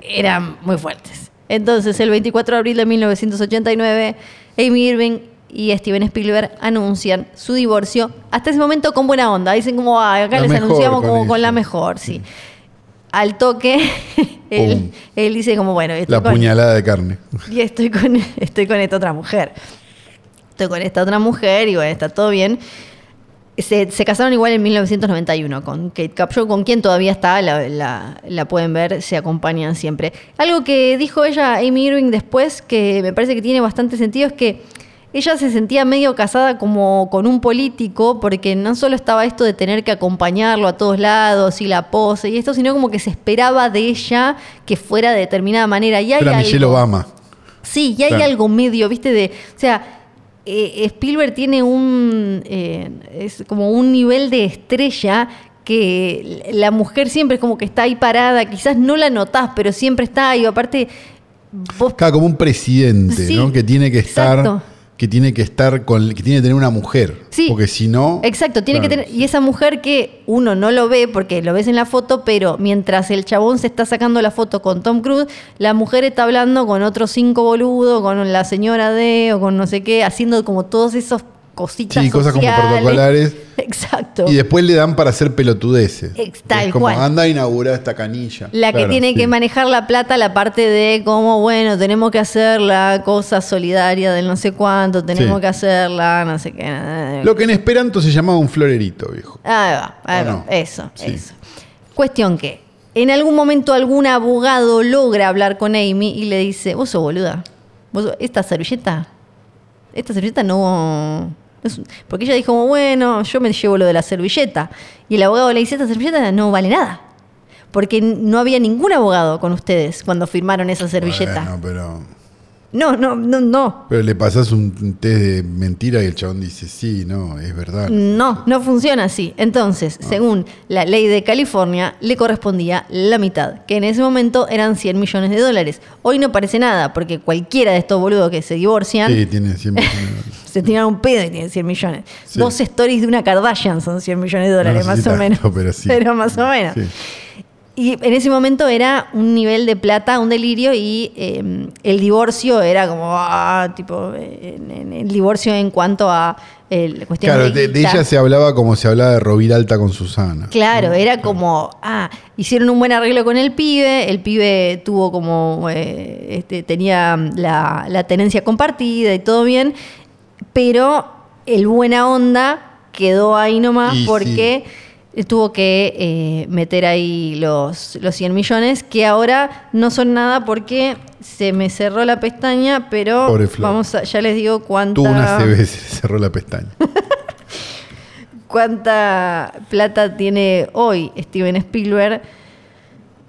eran muy fuertes. Entonces, el 24 de abril de 1989, Amy Irving y Steven Spielberg anuncian su divorcio. Hasta ese momento con buena onda. Dicen como, "Ah, acá La les mejor anunciamos con como eso". con la mejor, sí. Al toque, *laughs* él, Pum. él dice como, bueno, este estoy La con- puñalada de carne. *laughs* y estoy con, estoy con esta otra mujer. Estoy con esta otra mujer y bueno, está todo bien. Se, se casaron igual en 1991 con Kate Capshaw, con quien todavía está, la, la- la pueden ver, se acompañan siempre. Algo que dijo ella, Amy Irving, después, que me parece que tiene bastante sentido, es que ella se sentía medio casada como con un político, porque no solo estaba esto de tener que acompañarlo a todos lados y la pose y esto, sino como que se esperaba de ella que fuera de determinada manera. Y hay Era algo- Michelle Obama. Sí, y hay Claro. algo medio, viste, de. O sea, eh, Spielberg tiene un. eh, es como un nivel de estrella que la mujer siempre es como que está ahí parada. Quizás no la notás, pero siempre está ahí. Aparte, vos. Claro, como un presidente, Sí, ¿no? Que tiene que estar. exacto. Que tiene que estar con. Que tiene que tener una mujer. Sí. Porque si no. Exacto, tiene que claro, tener. Y esa mujer que uno no lo ve porque lo ves en la foto, pero mientras el chabón se está sacando la foto con Tom Cruise, la mujer está hablando con otros cinco boludos, con la señora de, o con no sé qué, haciendo como todos esos cositas. Sí, cosas como sociales. protocolares. *laughs* Exacto. Y después le dan para hacer pelotudeces. Ex- tal es como cual. anda a inaugurar esta canilla. La que Claro, tiene sí. que manejar la plata, la parte de cómo, bueno, tenemos que hacer la cosa solidaria del no sé cuánto, tenemos Sí. que hacerla, no sé qué. eh, Lo que en Esperanto se llamaba un florerito, viejo. Ahí va, ahí ¿O va. Ah, no? Eso, Sí. eso. Cuestión que, en algún momento algún abogado logra hablar con Amy y le dice, vos sos boluda, ¿Vos sos- esta servilleta, esta servilleta no... no es un-". Porque ella dijo, bueno, yo me llevo lo de la servilleta. Y el abogado le dice, esta servilleta no vale nada. Porque n- no había ningún abogado con ustedes cuando firmaron esa servilleta. Bueno, pero. No, no, no, no. Pero le pasas un test de mentira y el chabón dice, sí, no, es verdad. No, no funciona así. Entonces, Ah. según la ley de California, le correspondía la mitad, que en ese momento eran 100 millones de dólares. Hoy no parece nada, porque cualquiera de estos boludos que se divorcian Sí, tiene siempre. tiene- *laughs* se tiran un pedo y tienen 100 millones. Sí. Dos stories de una Kardashian son 100 millones de dólares, no sé más si o tanto, menos. *laughs* Pero, sí. más o menos. Sí. Y en ese momento era un nivel de plata, un delirio, y eh, el divorcio era como, ah, tipo, eh, en- en- el divorcio en cuanto a eh, la cuestión Claro, de, de guita. ella se hablaba como se hablaba de Rovira Alta con Susana. Claro, era como, ah, hicieron un buen arreglo con el pibe, el pibe tuvo como, eh, este, tenía la, la tenencia compartida y todo bien, pero el buena onda quedó ahí nomás Y porque tuvo que eh, meter ahí los, los 100 millones, que ahora no son nada porque se me cerró la pestaña, pero Pobre Flor. vamos a- ya les digo cuánta... Tuvo una CB, se le *laughs* cerró la pestaña. ¿Cuánta plata tiene hoy Steven Spielberg?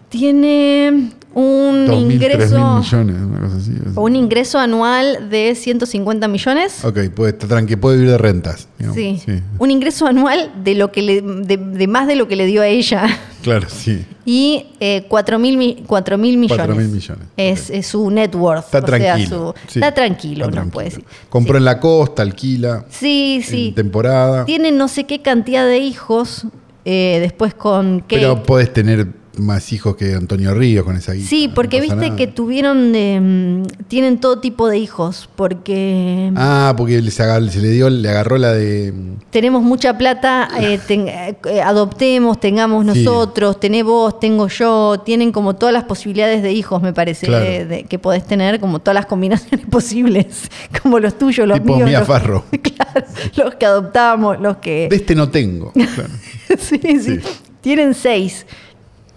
Tiene *laughs* un 2.000, 3.000 ingreso millones, una cosa así. un ingreso anual de 150 millones. Ok, puede, está tranqui, puede vivir de rentas. digamos. Sí. Un ingreso anual de lo que le- de, de más de lo que le dio a ella. *laughs* Claro, sí. Y eh, 4 mil millones. 4.000 millones, Es, es su net worth. Está o sea, tranquilo. su- sí. Está tranquilo, Está uno tranquilo. puede decir. Compró en la costa, alquila. Sí, sí. En temporada. Tiene no sé qué cantidad de hijos eh, después con Kate. Pero podés tener más hijos que Antonio Ríos con esa guita. Sí, no porque pasa viste nada. que tuvieron, em, tienen todo tipo de hijos, porque Ah, porque les aga- se le dio, le agarró la de. tenemos mucha plata, *laughs* eh, ten- eh, eh, adoptemos, tengamos Sí. nosotros, tenés vos, tengo yo, tienen como todas las posibilidades de hijos, me parece, Claro. eh, de- que podés tener, como todas las combinaciones *laughs* posibles, como los tuyos, los Tipo míos, Mia los, Farro. *laughs* claro, los que adoptamos, los que... De este no tengo. Claro. *laughs* sí, sí, Sí. tienen seis.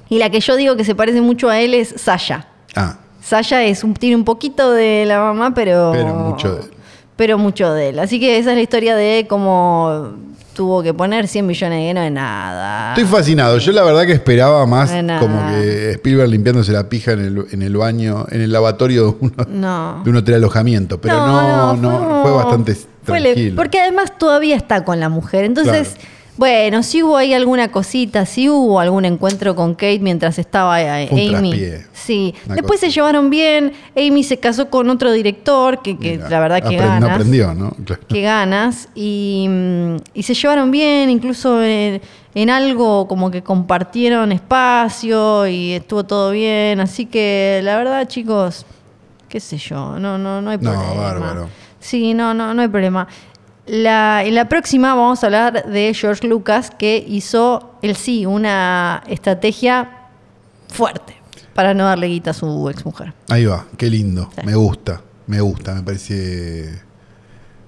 Y la que yo digo que se parece mucho a él es Sasha. Ah, Saya es un, tiene un poquito de la mamá, pero. Pero mucho de él. Pero mucho de él. Así que esa es la historia de cómo tuvo que poner 100 millones de no es nada. Estoy fascinado. Yo la verdad que esperaba más De nada. como que Spielberg limpiándose la pija en el, en el baño, en el lavatorio de, uno- No. de un hotel alojamiento. Pero no, no, fue, bastante fue le- tranquilo. porque además todavía está con la mujer. Entonces, Claro. bueno, si hubo ahí alguna cosita, si hubo algún encuentro con Kate mientras estaba eh, Fue un Amy. traspié. Sí. Una Después cosa. se llevaron bien. Amy se casó con otro director que, que Mira, la verdad que aprend- no ganas. aprendió, ¿no? Claro. Qué ganas. Y, mm, y se llevaron bien, incluso en, en algo como que compartieron espacio y estuvo todo bien. Así que la verdad, chicos, qué sé yo, no, no, no hay No, problema. bárbaro. Sí, no, no, no hay problema. La, en la próxima vamos a hablar de George Lucas, que hizo él sí una estrategia fuerte para no darle guita a su exmujer. Ahí va, qué lindo. Sí. Me gusta, me gusta, me parece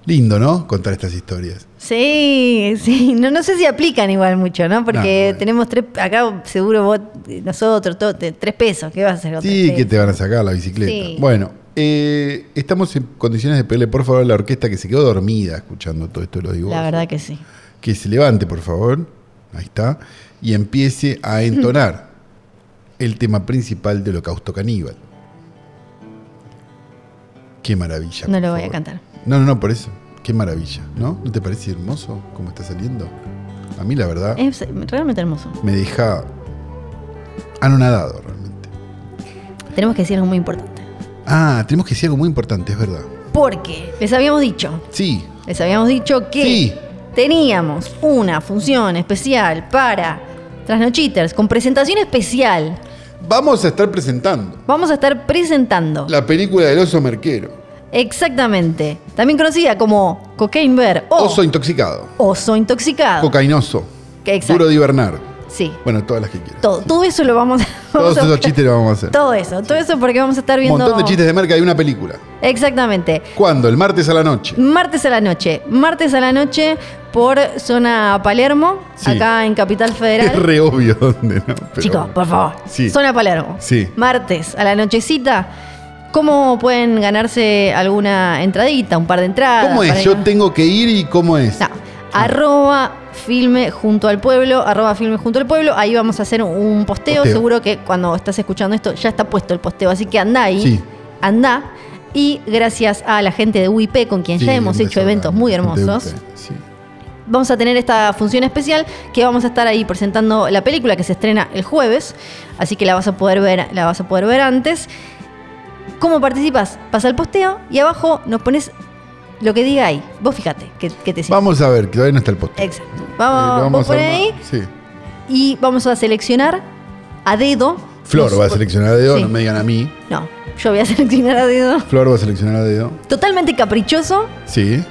lindo, ¿no? Contar estas historias. Sí, sí, no, no sé si aplican igual mucho, ¿no? No, Porque bueno. tenemos tres, acá seguro vos, eh, nosotros, todo, te- tres pesos, ¿qué vas a hacer? con Sí, tres que pesos? te van a sacar la bicicleta. Sí. Bueno, eh, estamos en condiciones de pedirle por favor a la orquesta que se quedó dormida escuchando todo esto, lo digo. La verdad que sí. Que se levante, por favor. Ahí está. Y empiece *laughs* a entonar el tema principal de Holocausto Caníbal. Qué maravilla. No por lo voy a favor. cantar. No, no, no, por eso. Qué maravilla, ¿no? ¿No te parece hermoso cómo está saliendo? A mí, la verdad, Es realmente hermoso. me deja anonadado realmente. Tenemos que decir algo muy importante. Ah, tenemos que decir algo muy importante, es verdad. Porque les habíamos dicho, Sí, les habíamos dicho que Sí. teníamos una función especial para Trasnochiters con presentación especial. vamos a estar presentando Vamos a estar presentando. la película del oso merquero. Exactamente. También conocida como Cocaine Bear o Oso intoxicado, Oso Intoxicado. cocainoso, Que exacto. duro de hibernar. Sí. Bueno, todas las que quieras. Todo, todo eso lo vamos, Todos vamos a *laughs* esos buscar. chistes los vamos a hacer. Todo eso, todo eso porque vamos a estar Un viendo. montón de chistes de merca y una película. Exactamente. ¿Cuándo? El martes a la noche. Martes a la noche. Martes a la noche por zona Palermo, Sí. acá en Capital Es Federal. *laughs* re obvio dónde, ¿no? Pero Chicos, por favor. Sí. Zona Palermo. Sí. Martes a la nochecita. ¿Cómo pueden ganarse alguna entradita, un par de entradas? ¿Cómo para es? ir Yo a- tengo que ir y cómo es. No. Ah. Arroba filme junto al pueblo, arroba filme junto al pueblo. Ahí vamos a hacer un posteo. Posteo. Seguro que cuando estás escuchando esto ya está puesto el posteo. Así que anda ahí. Sí. Anda. Y gracias a la gente de UIP con quien Sí, ya hemos un hecho beso eventos grande, muy gente de hermosos, UTE, sí. vamos a tener esta función especial que vamos a estar ahí presentando la película que se estrena el jueves. Así que la vas a poder ver, la vas a poder ver antes. ¿Cómo participas? Pasa el posteo y abajo nos pones lo que diga ahí. Vos fíjate que, que te sirve. Vamos a ver, que todavía no está el podcast. Exacto. Eh, Vamos, lo vos vamos a por armar. ahí Sí. y vamos a seleccionar a dedo. Flor Nos- va a seleccionar a dedo, Sí. no me digan a mí. No, yo voy a *laughs* seleccionar a dedo. Flor va a seleccionar a dedo. Totalmente caprichoso, Sí.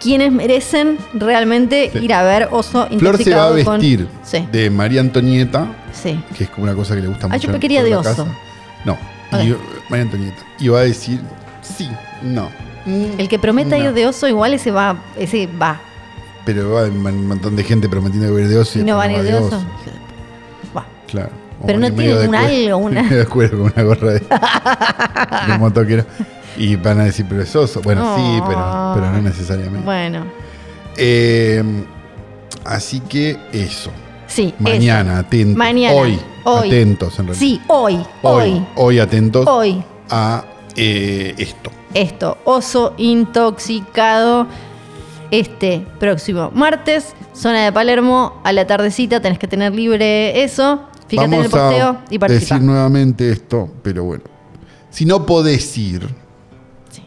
quienes merecen realmente Sí. ir a ver Oso Flor se va a Intoxicado con- vestir Sí, de María Antonieta, sí. que es como una cosa que le gusta Ah, mucho. yo quería en la de oso. casa. No, y- María Antonieta. Y va a decir sí, no. mm, El que prometa no. ir de oso igual ese va, ese va. Pero va un montón de gente prometiendo que va a ir de oso. y y no después van a ir va de oso. Hijo de p- Va. Claro. O Pero van no a ir medio tienen de un cuero- algo, una- *laughs* medio de cuero con una gorra *laughs* de, de motoquero. Y van a decir, pero es oso. Bueno, sí, pero, pero no necesariamente. Bueno, Eh, así que eso. sí. eso. Mañana, atentos. Mañana, Hoy, hoy. Atentos, en realidad. Sí, hoy, hoy, Hoy, atentos hoy. a eh, esto. esto, oso intoxicado. Este próximo martes, zona de Palermo, a la tardecita tenés que tener libre eso. Fíjate en el Vamos posteo a y participa. decir nuevamente esto, pero bueno. Si no podés ir,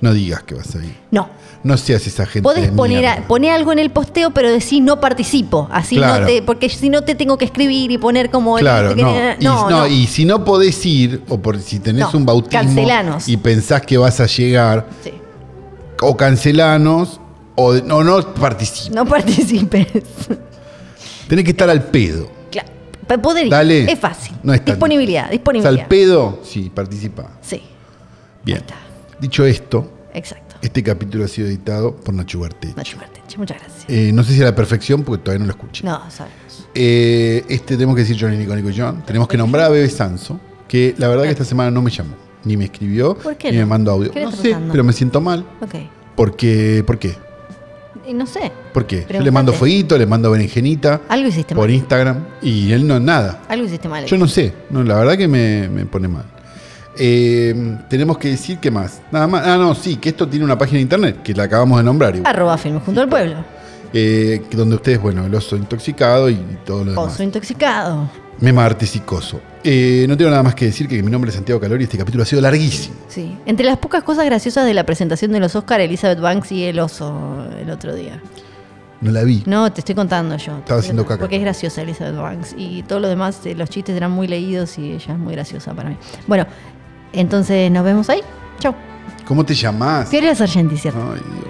no digas que vas a ir. No, No seas esa gente. podés de poner, a- mierda. poner algo en el posteo, pero decís no participo. Así Claro. no te, porque si no te tengo que escribir y poner como el- Claro, que- no. Y, no, no, no. y si no podés ir, o por si tenés No, un bautismo cancelanos. y pensás que vas a llegar, Sí, o cancelanos, o no, no participes. no participes. *laughs* Tenés que estar al pedo. Claro. Pa- Poder ir. Dale. Es fácil. No es tan- disponibilidad, O sea, disponibilidad. al pedo, sí, participa. Sí, Bien. está. Dicho esto, exacto. este capítulo ha sido editado por Nacho Bartech. Nacho Martínez, muchas gracias. Eh, no sé si a la perfección, porque todavía no lo escuché. No, sabemos. Eh, este tenemos que decir Johnny Nico Nico John. Tenemos que nombrar a Bebe Sanso, que la verdad que esta semana no me llamó, ni me escribió, ¿Por qué ni no? me mandó audio. ¿Qué le No está sé, pasando? pero me siento mal. Ok. Porque, ¿Por qué? Y no sé. ¿Por qué? Yo Pregúntate. le mando fueguito, le mando berenjenita Algo hiciste por mal. Instagram y él no nada. Algo hiciste mal. Yo no sé, no, la verdad que me, me pone mal. Eh, tenemos que decir qué más. Nada más. Ah, no, sí, que esto tiene una página de internet que la acabamos de nombrar. igual. Arroba film junto al pueblo. Eh, que donde ustedes, bueno, el oso intoxicado y todo lo demás. Oso intoxicado. Mema artesicoso. Eh, no tengo nada más que decir que mi nombre es Santiago Calori y este capítulo ha sido larguísimo. Sí. Entre las pocas cosas graciosas de la presentación de los Oscar, Elizabeth Banks y el oso el otro día. No la vi. No, te estoy contando yo. Te Estaba estoy haciendo contando, caca. Porque es graciosa Elizabeth Banks. Y todo lo demás, eh, los chistes eran muy leídos y ella es muy graciosa para mí. Bueno, entonces nos vemos ahí. Chau. ¿Cómo te llamás? Fiorella Sargenti, ¿cierto? Ay, Dios.